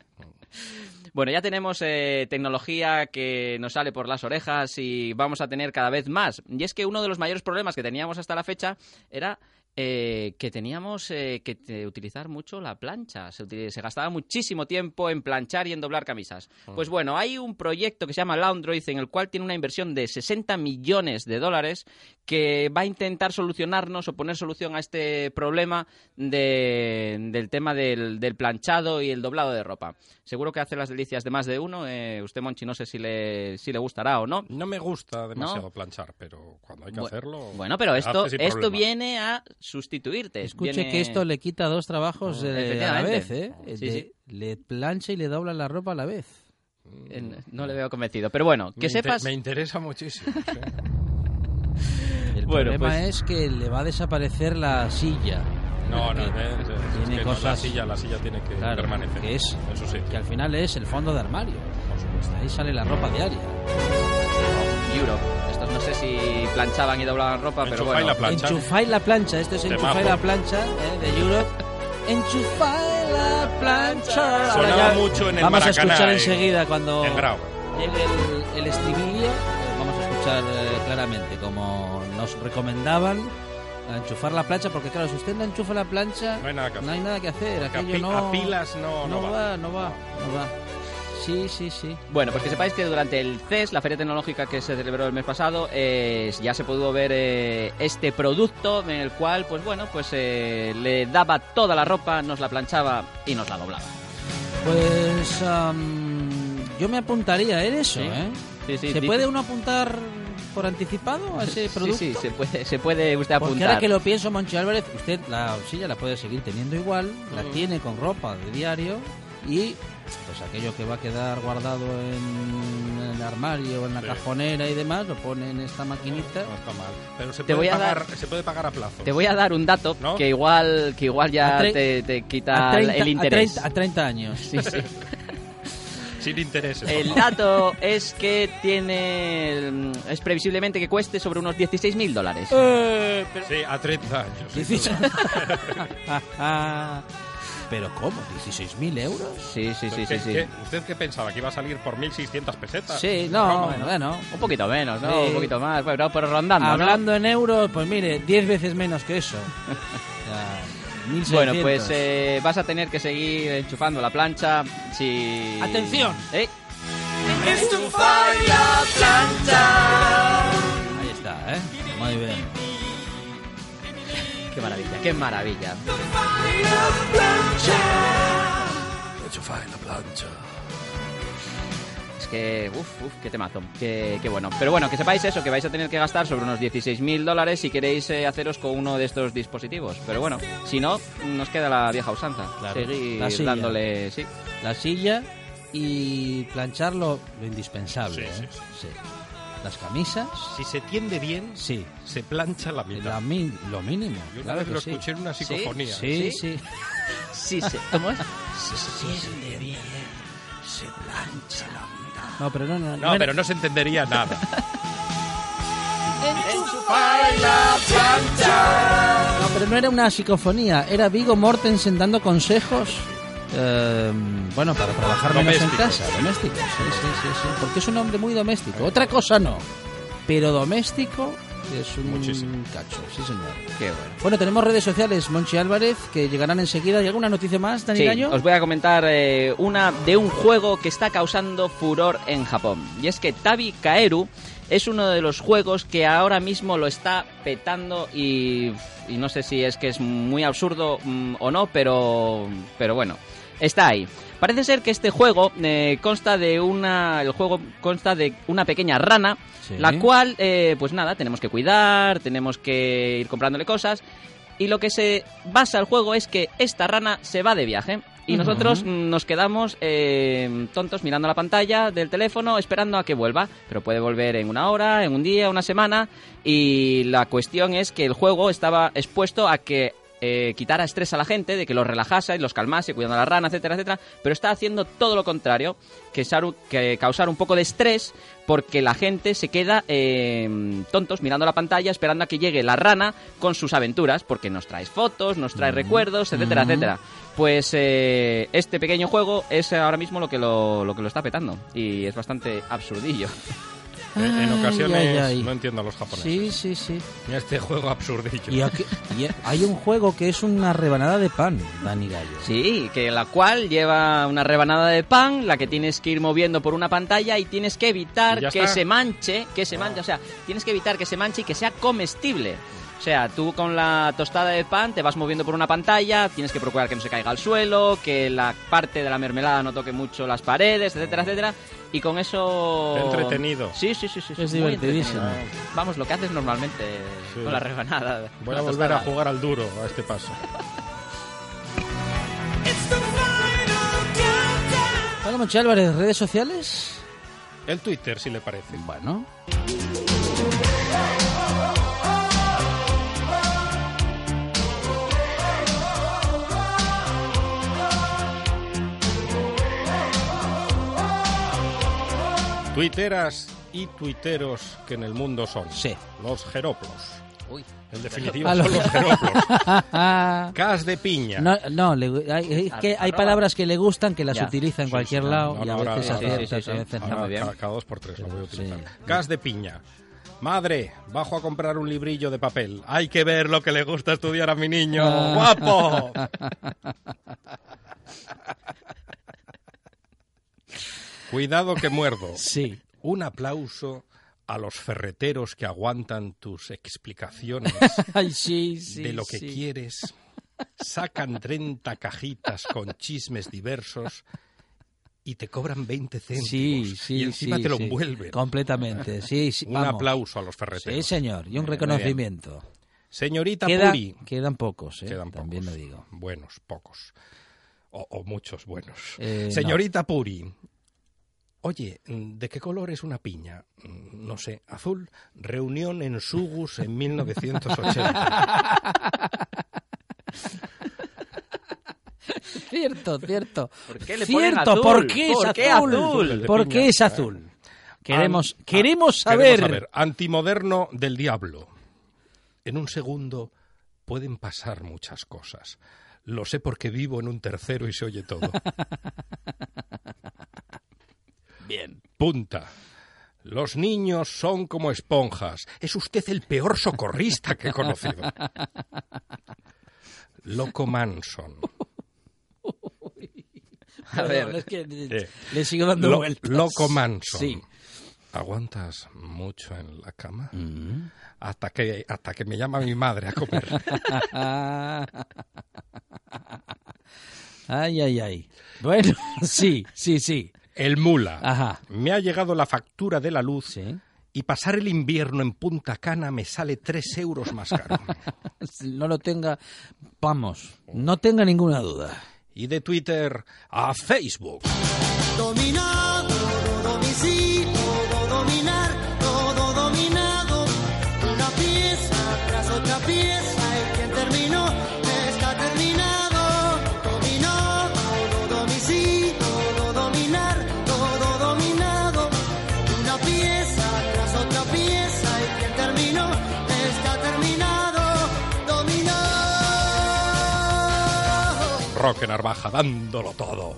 F: Bueno, ya tenemos eh, tecnología que nos sale por las orejas y vamos a tener cada vez más. Y es que uno de los mayores problemas que teníamos hasta la fecha era eh, que teníamos eh, que te- utilizar mucho la plancha. Se, util- se gastaba muchísimo tiempo en planchar y en doblar camisas. Pues bueno, hay un proyecto que se llama Laundroid en el cual tiene una inversión de 60 millones de dólares que va a intentar solucionarnos o poner solución a este problema de- del tema del, del planchado y el doblado de ropa. Seguro que hace las delicias de más de uno. eh, usted, Monchi, no sé si le, si le gustará o no.
E: No me gusta demasiado planchar, pero cuando hay que
F: Bu-
E: hacerlo.
F: Bueno, pero esto,
E: hace sin
F: esto
E: problema.
F: viene a sustituirte.
G: Escuche
F: Viene-
G: que esto le quita dos trabajos
F: Mm.
G: eh, a la vez,
F: Efectivamente.
G: ¿eh?
F: Sí,
G: De-
F: sí.
G: Le plancha y le dobla la ropa a la vez.
F: eh, No le veo convencido. Pero bueno,
E: Me
F: que
E: inte-
F: sepas...
E: Me interesa muchísimo. sí.
G: El
F: Bueno,
G: problema
F: pues-
G: es que le va a desaparecer la silla.
E: No, no,
G: Que-
E: eh, es- es
G: tiene
E: que no, la
G: cosas-
E: silla, la silla tiene que
G: Claro,
E: permanecer.
G: que es-
E: en su sitio.
G: Que al final es el fondo de armario.
E: Por supuesto.
G: Ahí sale la ropa diaria.
F: Europe. Estos no sé si planchaban y doblaban ropa, pero
E: Enchufáis
F: bueno.
E: la plancha.
G: Enchufáis la plancha. Esto es
E: Temazo.
G: enchufáis la plancha eh, de Europe. Enchufáis la plancha. Ahora
E: Sonaba
G: ya
E: mucho en el
G: Vamos a
E: Maracaná,
G: escuchar
E: eh,
G: enseguida cuando
E: en Grau.
G: el, el- el estribillo, eh, vamos a escuchar eh, claramente, como nos recomendaban, a enchufar la plancha, porque claro, si usted no enchufa la plancha, no hay nada que hacer. aquello
E: pi-
G: no,
E: a pilas no- no va.
G: no va, no va. Sí, sí, sí.
F: Bueno, pues que sepáis que durante el CES, la feria tecnológica que se celebró el mes pasado, eh, ya se pudo ver eh, este producto en el cual, pues bueno, pues eh, le daba toda la ropa, nos la planchaba y nos la doblaba.
G: Pues am, yo me apuntaría en eso,
F: Sí.
G: ¿eh?
F: Sí, sí,
G: ¿Se
F: dice-
G: puede uno apuntar por anticipado a Ah, ese producto?
F: Sí, sí, se puede, se puede usted apuntar.
G: Porque ahora que lo pienso, Monchi Álvarez, usted la silla la puede seguir teniendo igual, la
F: Mm.
G: tiene con ropa de diario y pues aquello que va a quedar guardado en el armario, en la
E: Sí.
G: cajonera y demás, lo pone en esta maquinita.
E: No está mal. Pero se
F: Te
E: puede,
F: voy a
E: pagar, se puede pagar a plazo.
F: Te voy a dar un dato
E: ¿No?
F: que igual que igual ya
G: A tre-
F: te, te quita
G: A 30,
F: el interés.
G: A 30, a 30 años.
F: Sí, sí.
E: Sin intereses. por
F: El
E: favor.
F: dato es que tiene mm, es previsiblemente que cueste sobre unos 16.000 dólares.
G: Eh.
E: Sí, a 30 años. sin
G: Dieciséis-
E: duda.
G: Pero ¿cómo? ¿16.000 euros?
F: Sí, sí,
E: ¿Qué-
F: sí, sí, sí.
E: qué- ¿Usted qué pensaba? ¿Que iba a salir por 1.600 pesetas?
G: Sí, no, bueno, bueno.
F: Un poquito menos, ¿no?
G: Sí.
F: Un poquito más, bueno, pero rondando, ¿no?
G: Hablando en euros, pues mire, 10 veces menos que eso. O sea,
F: Bueno,
G: 1600.
F: pues eh, vas a tener que seguir enchufando la plancha si...
G: ¡Atención!
F: Eh,
C: Enchufar la plancha.
G: Ahí está, ¿eh? Muy bien.
F: ¡Qué maravilla, qué maravilla!
J: Enchufar la plancha.
F: Es que, uff, uff, qué temazo, qué, qué bueno. Pero bueno, que sepáis eso, que vais a tener que gastar sobre unos 16.000 dólares si queréis eh, haceros con uno de estos dispositivos. Pero bueno, si no, nos queda la vieja usanza.
G: Claro,
F: Seguir
G: la silla.
F: dándole... Sí.
G: La silla y plancharlo lo indispensable,
E: Sí,
G: ¿eh? Sí. Las camisas,
E: Si se tiende bien,
G: sí.
E: se plancha la mitad.
G: La min- lo mínimo,
E: Yo una
G: claro
E: vez
G: que
E: lo
G: sí.
E: escuché en una psicofonía. ¿eh?
G: Sí, sí.
F: Sí, sí. ¿Cómo es?
G: No, pero no, no.
E: No, pero no se entendería nada.
G: No, pero no era una psicofonía, era Vigo Mortensen dando consejos. eh, bueno, para trabajar menos en
E: Domésticos.
G: casa, doméstico. Sí, sí, sí, sí, porque es un hombre muy doméstico. Otra cosa no, pero doméstico es un
E: Muchísimo.
G: cacho, sí señor.
F: Qué bueno.
G: Bueno, tenemos redes sociales, Monchi Álvarez, que llegarán enseguida. ¿Y alguna noticia más, Dani
F: Sí,
G: Gallo?
F: os voy a comentar eh, una de un juego que está causando furor en Japón. Y es que Tabi Kaeru es uno de los juegos que ahora mismo lo está petando y, y no sé si es que es muy absurdo mm, o no, pero, pero bueno, está ahí. Parece ser que este juego eh, consta de una el juego consta de una pequeña rana
G: Sí.
F: la cual eh, pues nada tenemos que cuidar tenemos que ir comprándole cosas y lo que se basa el juego es que esta rana se va de viaje. Y
G: Ujú.
F: nosotros mm, nos quedamos eh, tontos mirando la pantalla del teléfono esperando a que vuelva. Pero puede volver en una hora, en un día, una semana. Y la cuestión es que el juego estaba expuesto a que eh, quitara estrés a la gente, de que los relajase y los calmase, cuidando a la rana, etcétera, etcétera. Pero está haciendo todo lo contrario, que, saru- que causar un poco de estrés porque la gente se queda eh, tontos mirando la pantalla esperando a que llegue la rana con sus aventuras, porque nos traes fotos, nos trae recuerdos, etcétera,
G: Ujú.
F: etcétera. Pues eh, este pequeño juego es ahora mismo lo que lo, lo que lo está petando y es bastante absurdillo.
E: En- en
G: Ay,
E: ocasiones
G: ay, ay.
E: no entiendo a los japoneses.
G: Sí, sí, sí.
E: Mira este juego absurdillo.
G: Y aquí- y hay un juego que es una rebanada de pan, Dani Gallo.
F: Sí, que la cual lleva una rebanada de pan, la que tienes que ir moviendo por una pantalla y tienes que evitar
E: ¿Y ya
F: que
E: está? Ah.
F: se manche, que se manche, o sea, tienes que evitar que se manche y que sea comestible. O sea, tú con la tostada de pan te vas moviendo por una pantalla, tienes que procurar que no se caiga al suelo, que la parte de la mermelada no toque mucho las paredes, etcétera, etcétera. Y con eso...
E: Entretenido.
F: Sí, sí, sí, sí.
G: Es
F: muy
G: divertidísimo.
F: entretenido. Vamos, lo que haces normalmente
E: Sí.
F: con la rebanada.
E: Voy
F: la
E: a volver
F: tostada.
E: a jugar al duro a este paso.
G: Hola, Monchi Álvarez, redes sociales.
E: El Twitter, si le parece.
G: Bueno.
E: Tuiteras y tuiteros que en el mundo son.
G: Sí.
E: Los Jeroplos.
F: Uy.
E: En definitiva, son los genoplos. Cas de piña.
G: No, no, le- hay, es que hay
E: Arroba.
G: palabras que le gustan, que las
E: Ya.
G: utiliza en
E: Sí,
G: cualquier
E: sí, no,
G: lado
E: no,
G: y
E: no,
G: a
E: ahora-
G: veces
E: ahora-
G: acierta,
E: sí, sí,
G: a
E: sí,
G: veces
E: ahora
G: no.
E: Cada, cada dos por tres lo voy a utilizar. Cas de piña. Madre, bajo a comprar un librillo de papel. Hay que ver lo que le gusta estudiar a mi niño.
G: Ah.
E: ¡Guapo! Cuidado que muerdo.
G: Sí.
E: Un aplauso a los ferreteros que aguantan tus explicaciones
G: Ay, sí, sí,
E: de lo que
G: sí.
E: quieres. Sacan 30 cajitas con chismes diversos y te cobran 20 céntimos.
G: Sí, sí,
E: y encima
G: sí,
E: te lo
G: sí.
E: envuelven.
G: Completamente, sí, sí,
E: Un
G: vamos.
E: aplauso a los ferreteros.
G: Sí, señor, y un
E: Eh,
G: reconocimiento.
E: muy bien. Señorita
G: Queda-
E: Puri.
G: Quedan pocos, ¿eh?
E: Quedan
G: también lo digo.
E: Buenos, pocos. O, o muchos buenos.
G: Eh,
E: Señorita Puri. Oye, mm, ¿de qué color es una piña? Mm, No sé, azul. Reunión en Sugus en 1980.
G: Cierto, cierto.
F: ¿Por qué le ponen
G: cierto,
F: azul?
G: ¿por qué es
F: ¿Por qué
G: azul?
F: azul?
G: ¿Por qué es azul? Queremos, queremos saber.
E: Antimoderno del diablo. En un segundo pueden pasar muchas cosas. Lo sé porque vivo en un tercero y se oye todo.
F: Bien.
E: Punta. Los niños son como esponjas. Es usted el peor socorrista que he conocido. Loco Manson.
G: A ver, es que
E: Eh,
G: le sigo dando
E: lo-
G: vueltas.
E: Loco Manson.
G: Sí.
E: ¿Aguantas mucho en la cama?
G: Mm.
E: Hasta, que, hasta que me llama mi madre a comer.
G: Ay, ay, ay. Bueno, sí, sí, sí.
E: El mula. Me ha llegado la factura de la luz y pasar el invierno en Punta Cana me sale tres euros más caro.
G: No lo tenga. Vamos, no tenga ninguna duda.
E: Y de Twitter a Facebook.
C: Dominado, todo domicilio, todo dominar, todo dominado. Una pieza tras otra pieza, el quien terminó está terminado. Dominó, todo domicilio, todo dominar, todo dominado. Una pieza tras otra pieza, el quien terminó está terminado. Dominó.
E: Roque Narvaja dándolo todo.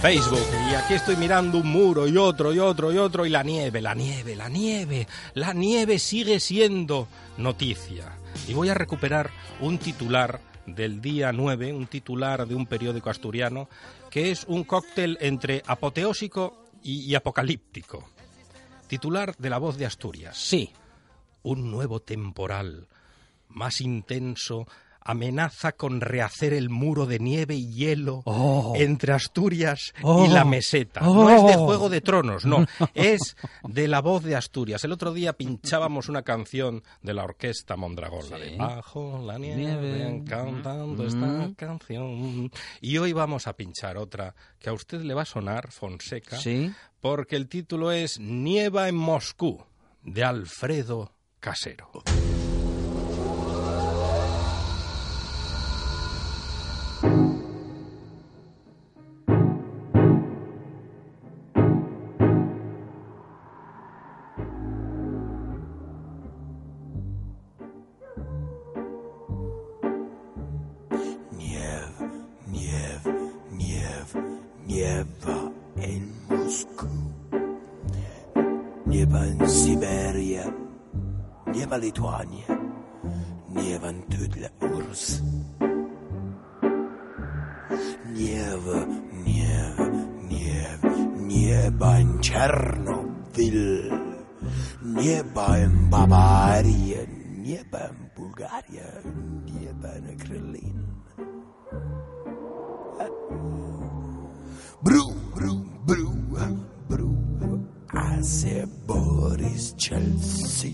E: Facebook, y aquí estoy mirando un muro y otro y otro y otro y la nieve, la nieve, la nieve, la nieve sigue siendo noticia. Y voy a recuperar un titular del día 9, un titular de un periódico asturiano, que es un cóctel entre apoteósico y, y apocalíptico. Titular de La Voz de Asturias.
G: Sí.
E: Un nuevo temporal más intenso amenaza con rehacer el muro de nieve y hielo entre Asturias
J: Oh.
E: y la meseta.
J: Oh.
E: No es de Juego de Tronos, no, es de la voz de Asturias. El otro día pinchábamos una canción de la orquesta Mondragón, la de Bajo la nieve,
J: Nieve.
E: cantando
J: Mm.
E: esta canción. Y hoy vamos a pinchar otra que a usted le va a sonar, Fonseca,
G: Sí.
E: porque el título es Nieva en Moscú, de Alfredo Casero.
L: Niew, niew, nieba in Moscú. Nieba en Siberia, nieba Lituania, nieba en toute la URSS. Niew, niew, niew, nieba en Chernobyl, nieba en Bavaria, nieba en Bulgaria, nieba en Kremlin. Бру, бру, бру, бру, hace Boris Chelsea.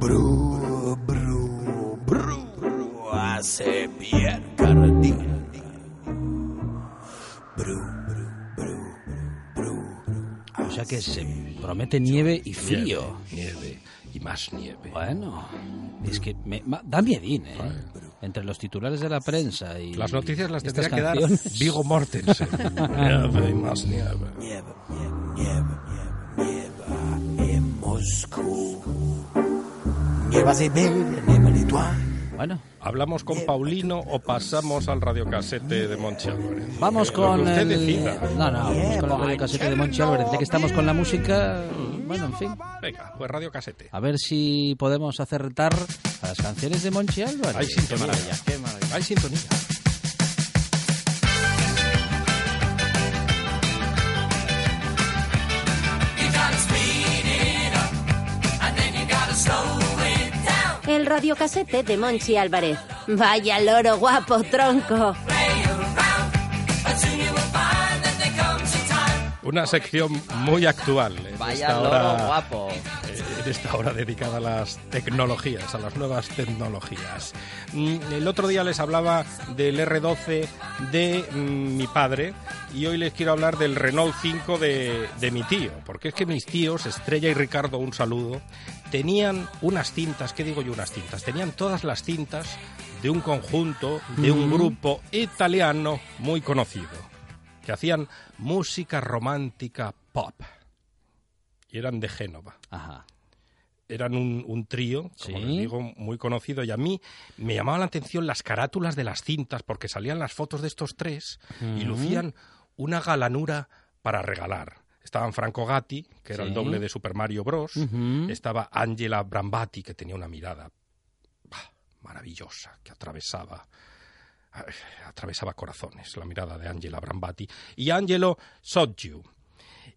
L: Бру, бру, бру, бру, hace Pierre Cardin. Бру,
G: O sea que se promete nieve y frío.
E: Nieve y más nieve.
G: Bueno, es que me, ma- da miedín, ¿eh? Entre los titulares de la prensa y.
E: Las noticias las
G: estas
E: tendría que dar
G: canciones.
E: Vigo Mortensen. Nieve y más nieve.
L: nieva, nieva, nieva, nieva en Moscú. Nieva Siberia, nieva Lituania.
G: Bueno.
E: ¿Hablamos con Paulino o pasamos al radiocasete de Monchi Álvarez?
G: Vamos
E: Lo
G: con
E: que usted
G: el...
E: decida.
G: No, no, vamos con el radiocasete de Monchi Álvarez. Ya que estamos con la música, bueno, en fin.
E: Venga, pues radiocasete.
G: A ver si podemos acertar a las canciones de Monchi Álvarez.
E: Ay, sí, qué maravilla. Hay sintonía.
I: You gotta speed it up, and then you gotta slow it down.
M: El radiocasete de Monchi Álvarez. Vaya loro guapo, tronco.
I: But soon you will find that there comes a time.
E: Una sección muy actual. en
F: Vaya
E: esta
F: loro
E: hora-
F: guapo.
E: eh, En esta hora dedicada a las tecnologías, a las nuevas tecnologías. Mm, El otro día les hablaba del R12 de mm, mi padre y hoy les quiero hablar del Renault 5 de, de mi tío. Porque es que mis tíos, Estrella y Ricardo, un saludo, tenían unas cintas, ¿qué digo yo unas cintas? Tenían todas las cintas de un conjunto, de un
J: Mm.
E: grupo italiano muy conocido que hacían música romántica pop. Y eran de Génova. Eran un, un trío, como les digo, muy conocido. Y a mí me llamaban la atención las carátulas de las cintas, porque salían las fotos de estos tres y
J: Ujú.
E: lucían una galanura para regalar. Estaban Franco Gatti, que era el
J: Sí.
E: doble de Super Mario Bros.
J: Ujú.
E: Estaba Angela Brambati, que tenía una mirada bah, maravillosa, que atravesaba eh, atravesaba corazones la mirada de Angela Brambati y Angelo Soggiu.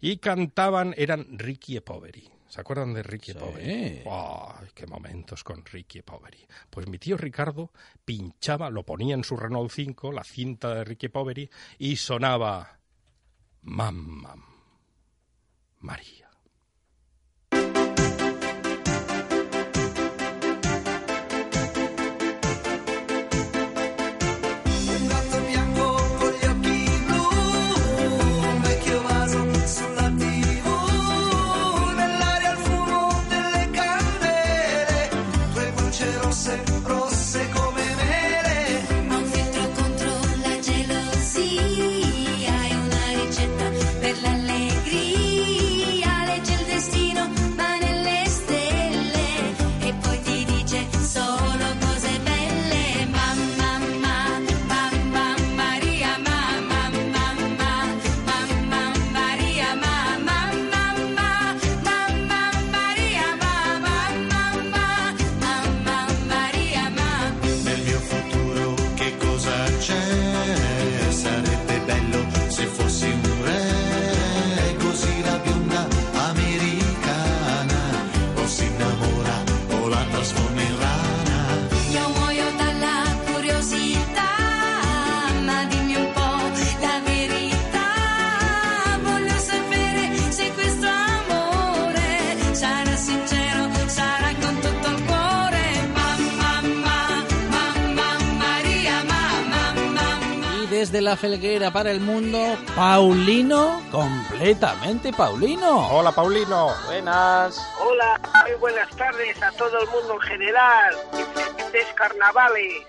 E: Y cantaban, eran Ricky e Poveri. ¿Se acuerdan de Ricky e Poveri? ¡Ay, qué momentos con Ricky e Poveri! Pues mi tío Ricardo pinchaba, lo ponía en su Renault 5, la cinta de Ricky e Poveri, y sonaba Mam Mam María.
C: Un gatto bianco con gli occhi blu, un vecchio vaso sulla tv, nell'aria il fumo delle candele, due bucce rosse, rosse come mele.
N: Ma un filtro contro la gelosia è una ricetta per l'allegria. Legge il destino, va nelle stelle e poi ti dice solo cose belle. Mamma, mamma, mamma, Maria, mamma, mamma, mamma, Maria, mamma, mamma, mamma, Maria, mamma, mamma, mamma, Maria, mamma.
C: Nel mio futuro che cosa c'è? Sarebbe bello se fossi un re, così la bionda americana o si innamora o la trasforma in rana.
N: Io muoio dalla curiosità, ma dimmi un po' la verità. Voglio sapere se questo amore sarà sincero, sarà con tutto il cuore. Mamma, mamma, mamma, Maria, mamma, mamma.
G: Y desde la felguera para el mundo, Paulino, completamente Paulino.
E: Hola, Paulino.
G: Eh, Buenas.
O: Hola, muy buenas tardes a todo el mundo en general. Y Felices carnavales.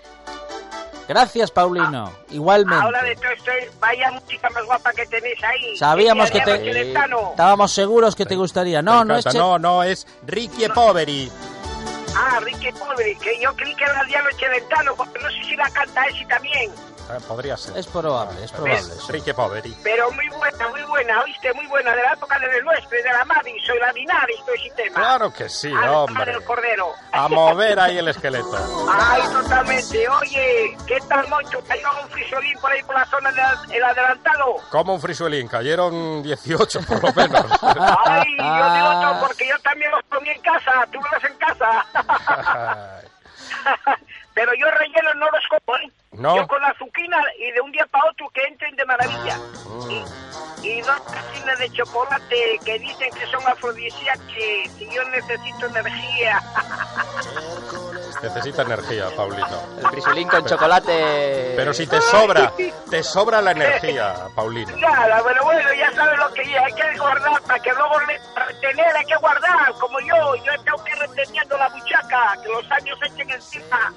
G: Gracias, Paulino. Igualmente.
O: Ahora de todo estoy, vaya música más guapa que tenéis ahí.
G: Sabíamos que
O: Decía
G: te...
O: Diego Celentano.
G: Estábamos seguros que te gustaría. No,
E: Me
G: no es...
E: encanta.
G: Che-
E: no, no, es Ricky e Poveri.
O: Ah, Ricky Pobre, que yo creí que era Diablo Chelentano, porque no sé si la canta ese también.
E: Eh, podría ser.
G: Es probable, es probable.
E: Ricky e Poveri.
O: Pero muy buena, muy buena, oíste, muy buena, de la época del nuestro y de la Madison, la Dinaris, todo ese tema.
E: Claro que sí,
O: Al-
E: hombre. Ah.
O: al Cordero.
E: A mover ahí el esqueleto.
O: Ay, totalmente. Oye, ¿qué tal, Moncho? ¿Cayó un frisolín por ahí por la zona del el adelantado?
E: Como un frisuelín, cayeron 18 por lo menos.
O: Ay, yo digo todo porque yo también los comí en casa, tú los en casa. Pero yo relleno no los como, ¿eh?
E: No.
O: Yo con la azuquina y de un día para otro que entren de maravilla. Y, y dos casinas de chocolate que dicen que son afrodisíacas que yo necesito energía.
E: Necesita energía, Paulino.
F: El frisolín con chocolate.
E: Pero si te sobra, te sobra la energía, Paulino.
O: Nada, pero bueno, ya sabes lo que es, hay que guardar para que luego le- retener, hay que guardar, como yo, yo tengo que ir reteniendo la buchaca, que los años echen encima.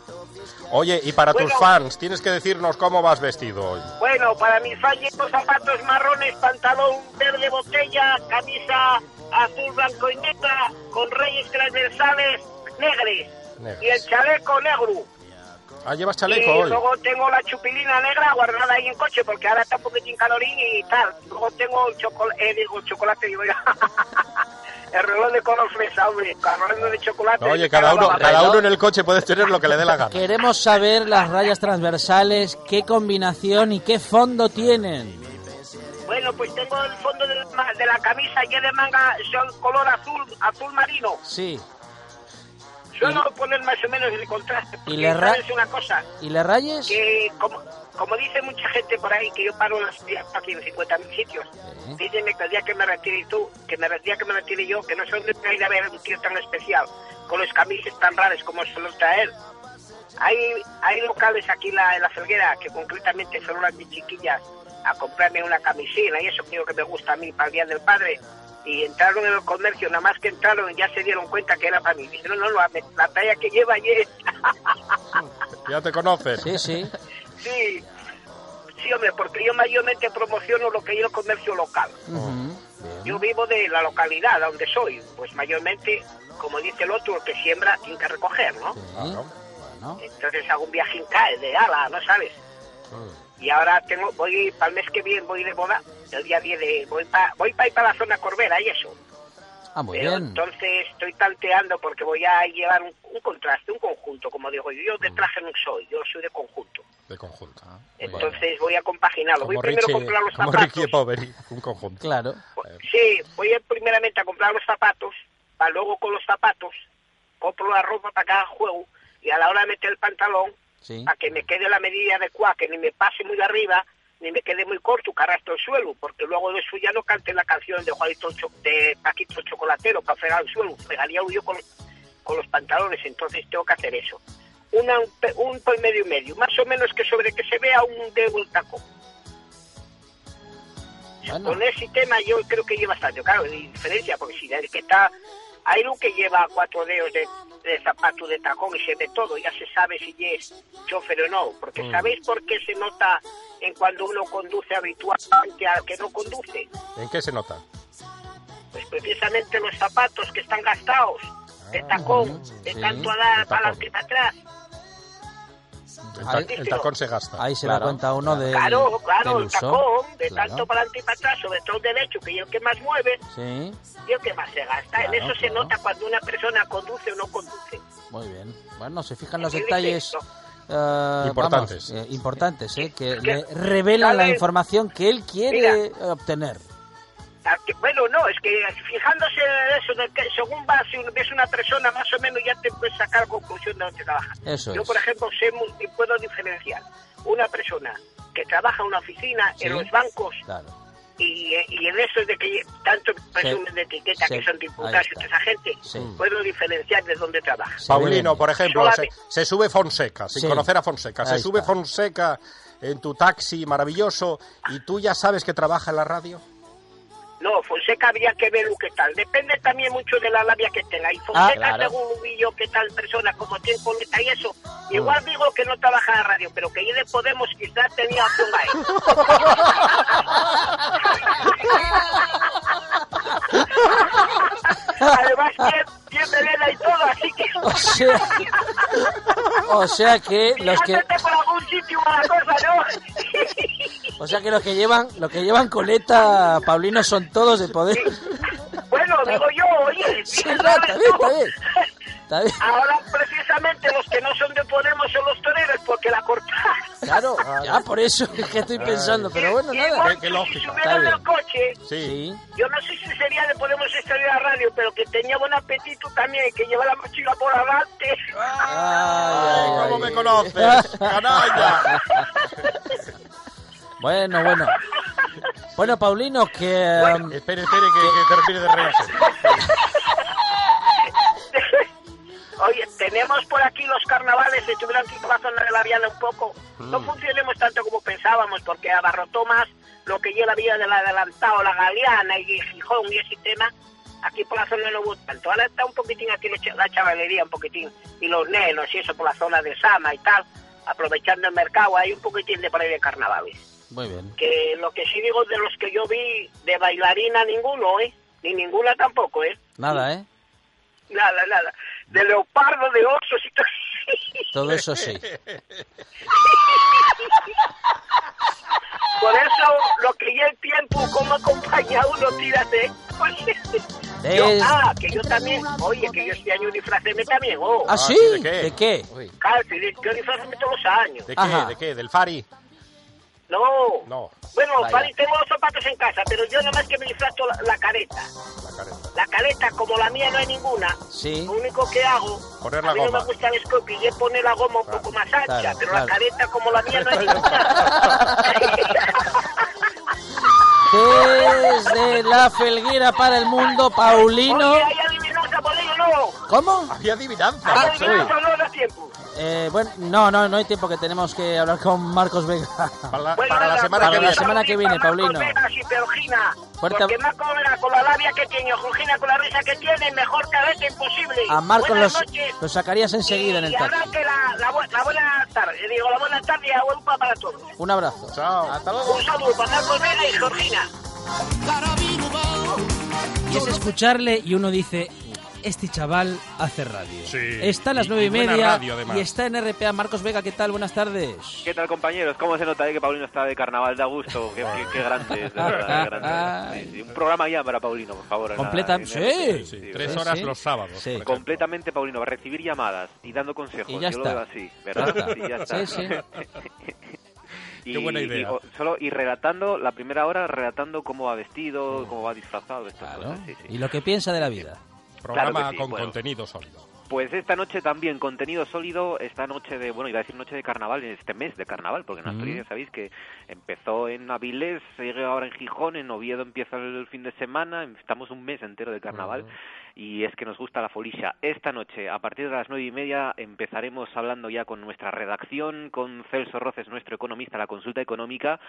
E: Oye, y para tus
O: Bueno.
E: fans, tienes que decirnos cómo vas vestido hoy.
O: Bueno, para mis fans llevo zapatos marrones, pantalón verde botella, camisa azul, blanco y negra, con reyes transversales, negres
E: Negras.
O: y el chaleco negro.
E: Ah, llevas chaleco
O: y
E: hoy.
O: luego tengo la chupilina negra guardada ahí en coche porque ahora está un poquitín calorín y tal. Luego tengo el chocolate, eh, digo, chocolate, digo, el reloj de color fresa, hombre, el reloj de chocolate.
E: Oye, cada uno, cada uno en el coche puedes tener lo que le dé la gana.
P: Queremos saber las rayas transversales, qué combinación y qué fondo tienen.
O: Bueno, pues tengo el fondo de la, de la camisa y de manga, son color azul, azul marino.
P: Sí.
O: Suelo poner más o menos el contraste. porque
P: le ra-
O: ¿sabes una cosa?
P: ¿Y le rayes?
O: Que, como, como dice mucha gente por ahí, que yo paro las vías aquí en 50.000 sitios. Dícenme que el día que me retire tú, que me el día que me retire yo, que no sé dónde voy a ir a ver un tío tan especial, con los camisas tan raras como suelo traer. Hay, hay locales aquí en la, en la Felguera que concretamente son unas mis chiquillas a comprarme una camisina y eso creo que me gusta a mí para el Día del Padre. Y entraron en el comercio, nada más que entraron ya se dieron cuenta que era para mí. Dicen, no, no, la, la talla que lleva ayer
E: Ya te conoces.
P: Sí, sí.
O: Sí, sí, hombre, porque yo mayormente promociono lo que es el comercio local. Yo vivo de la localidad donde soy, pues mayormente, como dice el otro, el que siembra tiene que recoger, ¿no?
E: Ah,
O: Entonces hago un viaje en CAE de ala, ¿no sabes?
E: Mm,
O: Y ahora tengo, voy para el mes que viene, voy de boda, el día 10 de, voy para voy pa, ahí pa' la zona Corbera y eso.
P: Ah, muy
O: Pero
P: bien.
O: entonces estoy tanteando porque voy a llevar un, un contraste, un conjunto, como digo yo,
P: Mm.
O: yo de traje no soy, yo soy de conjunto.
E: De conjunto.
P: Ah,
O: Entonces voy a compaginarlo. Voy
E: Como
O: primero
E: Richie,
O: a comprar los
E: como
O: zapatos.
E: Ricky Poveri, un conjunto.
P: Claro.
O: Sí, voy a- primeramente a comprar los zapatos, para luego con los zapatos compro la ropa para cada juego y a la hora de meter el pantalón,
P: Sí.
O: para que me quede la medida adecuada, que ni me pase muy de arriba, ni me quede muy corto, que arrastre el suelo, porque luego de eso ya no cante la canción de Juanito Cho- de Paquito Chocolatero para fregar el suelo, fregaría yo con, con los pantalones, entonces tengo que hacer eso. Una, un, pe- un por medio y medio, más o menos que sobre que se vea un dedo el tacón. Con ese tema yo creo que lleva bastante, claro, de diferencia, porque si el que está, hay uno que lleva cuatro dedos de, de zapato de tacón y se ve todo, ya se sabe si es chofer o no, porque
E: Mm.
O: ¿sabéis por qué se nota en cuando uno conduce habitualmente al que no conduce?
E: ¿En qué se nota?
O: Pues precisamente los zapatos que están gastados de tacón, de
E: sí,
O: tanto a
E: de
O: dar
E: tacón.
O: palas que para atrás.
E: El, ta- el tacón se gasta.
P: Ahí se da cuenta uno de.
O: Claro, claro,
P: del
O: el
P: uso.
O: tacón, de
P: Claro.
O: tanto para adelante y para atrás, sobre todo el derecho, que es el que más mueve,
P: Sí,
O: y el que más se gasta. en
P: Claro,
O: eso se nota cuando una persona conduce o no conduce.
P: muy bien. Bueno, se fijan los
O: Sí,
P: detalles.
O: sí,
P: eh, vamos,
E: Importantes.
P: eh, importantes, eh, que
O: que-
P: le revelan la
O: ¿sabes?
P: información que él quiere obtener.
O: Ah, que- Bueno, no, es que fijándose en eso, en el que- según vas, si ves una persona más o menos ya te puedes sacar conclusión de dónde trabaja.
P: Eso
O: Yo,
P: es.
O: por ejemplo, sé mu- y puedo diferenciar una persona que trabaja en una oficina,
P: Sí.
O: en los bancos,
P: Claro.
O: y, y en eso es de que tanto presumen de etiqueta
E: Sí.
O: que son
E: Ahí
O: diputados y
E: está.
O: toda esa gente,
E: Sí.
O: puedo diferenciar de dónde trabaja.
E: Paulino, por ejemplo, se,
O: Solamente-
E: se sube Fonseca, sin
P: Sí.
E: conocer a Fonseca. Se
P: Ahí
E: sube
P: está.
E: Fonseca en tu taxi maravilloso y tú ya sabes que trabaja en la radio.
O: No, Fonseca habría que ver qué tal. Depende también mucho de la labia que tenga. Y
E: Ah,
O: Fonseca,
E: claro.
O: según lo vi yo, qué tal persona, como tiene coleta y eso.
P: Mm.
O: Igual digo que no trabaja en la radio, pero que yo de Podemos quizás tenía opción a él. Además, tiene- tiene melena y todo, así que...
P: O sea, o sea que los que,
O: Fíjate por algún sitio una cosa, ¿no?
P: o sea que los que llevan, los que llevan coleta, Paulino, son todos de poder.
O: Bueno, digo yo, oye.
P: Sí, no, está bien, está bien. Está bien.
O: Ahora, precisamente, los que no son de Podemos son los toreros, porque la cortaron.
P: Claro, ya por eso es que estoy pensando, pero bueno,
O: Y
P: nada.
O: igual que si
P: Está
O: subieron
P: bien.
O: del coche,
P: Sí.
O: yo no sé si sería de Podemos estar en la radio, pero que tenía buen apetito también, que lleva la mochila por adelante.
P: Ay,
E: ¿Cómo
P: ay.
E: me conoces, canalla?
P: Bueno, bueno. Bueno, Paulino,
G: eh,
P: que... um,
E: Espere, espere, que, que te refieres de relajo.
O: Oye, tenemos por aquí los carnavales, estuvieron aquí por la zona de la Viana un poco. No
E: Mm.
O: funcionemos tanto como pensábamos, porque abarrotó más lo que lleva vía del adelantado, la Galeana y Gijón y ese tema. Aquí por la zona no hubo tanto. Ahora está un poquitín aquí la cha- la chavalería, un poquitín. Y los nenos y eso por la zona de Sama y tal. Aprovechando el mercado, hay un poquitín de por ahí de carnavales.
P: Muy bien.
O: Que lo que sí digo de los que yo vi, de bailarina ninguno, ¿eh? Ni ninguna tampoco, ¿eh?
P: Nada, ¿eh?
O: Nada, nada. De leopardo, de osos y todo.
G: Todo eso sí.
O: Por eso, lo que ya el tiempo, como acompaña uno, tírate. Yo,
G: Es-
O: ah, que yo también, oye, que yo este año disfracéme también, oh.
G: ¿Ah, sí? ¿De qué?
O: Claro, sí, de- yo disfrazarme todos los años.
E: ¿De qué? ¿De qué? ¿Del Fari?
O: No.
E: No.
O: Bueno,
E: Vaya.
O: Fari, tengo dos zapatos en casa, pero yo nada más que me disfrazo la, la careta.
E: La careta.
O: La careta, como la mía no hay ninguna,
G: Sí.
O: lo único que hago,
E: Poner
O: a
E: la
O: mí no
E: goma.
O: me gusta el escope y es poner la goma un poco más ancha,
E: claro,
O: pero
E: claro.
O: la careta como la mía no hay ninguna.
G: Desde la felguera para el mundo, Paulino.
O: Oye, hay adivinanza, Paulino, no.
G: ¿Cómo?
E: Había adivinanza.
G: Ah,
O: Hay adivinanza, no da tiempo.
G: Eh, bueno, no, no, no hay tiempo que tenemos que hablar con Marcos Vega. Para
E: la,
O: Bueno, nada,
G: Para la
O: Paulino,
G: semana que viene,
O: Marcos
G: Paulino.
O: Vegas y Georgina,
G: Fuerte
O: Porque Marco Vega con la labia que tiene, o Georgina con la risa que tiene, mejor cabeza imposible.
G: A Marcos
O: Buenas
G: los,
O: noches.
G: los sacarías enseguida en
O: Y
G: el
O: ahora
G: taxi.
O: que la, la, bu- la buena tarde, Eh, digo, la buena tarde y la buena para todos.
G: Un abrazo.
E: Chao. Hasta
O: Un saludo para Marcos Vega y Georgina.
D: Y es escucharle y uno dice, este chaval hace radio. Está a las
L: Y-
D: nueve y,
L: y buena
D: media
L: radio, además.
D: y está en RPA. Marcos Vega, ¿qué tal? Buenas tardes.
L: ¿Qué tal, compañeros? ¿Cómo se nota eh, que Paulino está de carnaval de Augusto? Qué, qué- qué grande es, de verdad, qué grande es. Sí, sí, Un programa ya para Paulino, por favor. nada,
D: Completa-
L: en
D: sí,
L: el-
D: sí,
E: tres
L: sí,
E: horas
L: sí.
E: los sábados, por ejemplo.
L: Completamente, Paulino, recibir llamadas y dando consejos.
E: Y ya
L: Yo
E: está.
L: lo veo así, ¿verdad?
E: Ya está.
L: Sí, ya está.
E: Sí,
L: Y,
E: Qué buena
L: y,
E: idea.
L: o- solo, y relatando, la primera hora, relatando cómo va vestido, cómo va disfrazado. Estas cosas, sí, sí.
D: Y lo que piensa de la vida.
E: Programa
L: Claro que sí,
E: con
L: bueno.
E: contenido sólido.
L: Pues esta noche también, contenido sólido, esta noche de, bueno, iba a decir noche de carnaval, este mes de carnaval, porque en Asturias
D: Mm.
L: ya sabéis que empezó en Avilés, sigue ahora en Gijón, en Oviedo empieza el fin de semana, estamos un mes entero de carnaval, y es que nos gusta la folisha. Esta noche, a partir de las nueve y media, empezaremos hablando ya con nuestra redacción, con Celso Roces, nuestro economista, la consulta económica,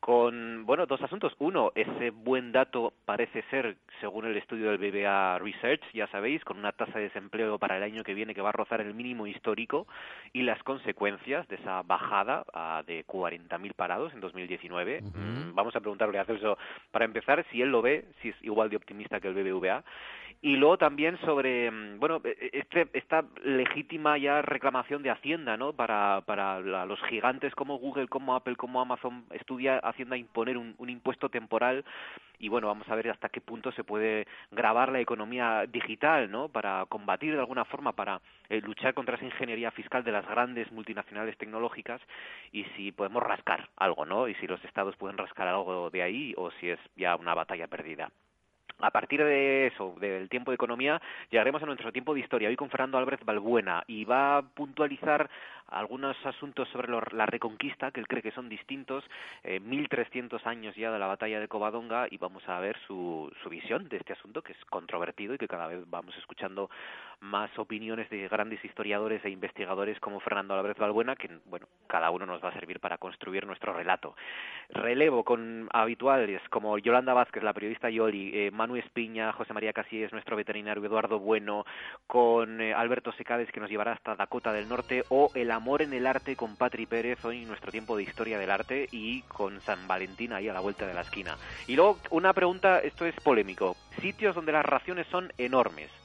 L: con, bueno, dos asuntos. Uno, ese buen dato parece ser, según el estudio del BBA Research, ya sabéis, con una tasa de desempleo para el año que viene que va a rozar el mínimo histórico y las consecuencias de esa bajada ah, de 40.000 parados en 2019. Mm, Vamos a preguntarle a Celso, para empezar, si él lo ve, si es igual de optimista que el BBVA. Y luego también sobre, mm, bueno, e- este, esta legítima ya reclamación de Hacienda, ¿no? Para, para la- los gigantes como Google, como Apple, como Amazon, estudia Hacienda imponer un, un impuesto temporal y bueno, vamos a ver hasta qué punto se puede grabar la economía digital, ¿no? Para combatir de alguna forma, para eh, luchar contra esa ingeniería fiscal de las grandes multinacionales tecnológicas y si podemos rascar algo, ¿no? Y si los estados pueden rascar algo de ahí o si es ya una batalla perdida. A partir de eso, del tiempo de economía, llegaremos a nuestro tiempo de historia, hoy con Fernando Álvarez Balbuena, y va a puntualizar algunos asuntos sobre lo- la reconquista, que él cree que son distintos, eh, 1300 años ya de la batalla de Covadonga, y vamos a ver su, su visión de este asunto, que es controvertido y que cada vez vamos escuchando más opiniones de grandes historiadores e investigadores como Fernando Álvarez Balbuena, que, bueno, cada uno nos va a servir para construir nuestro relato relevo con habituales como Yolanda Vázquez, la periodista Yoli, eh, Manu Espiña, José María Casillas, nuestro veterinario Eduardo Bueno, con eh, Alberto Secades que nos llevará hasta Dakota del Norte o El amor en el arte con Patri Pérez, hoy nuestro tiempo de historia del arte y con San Valentín ahí a la vuelta de la esquina. Y luego una pregunta, esto es polémico, sitios donde las raciones son enormes.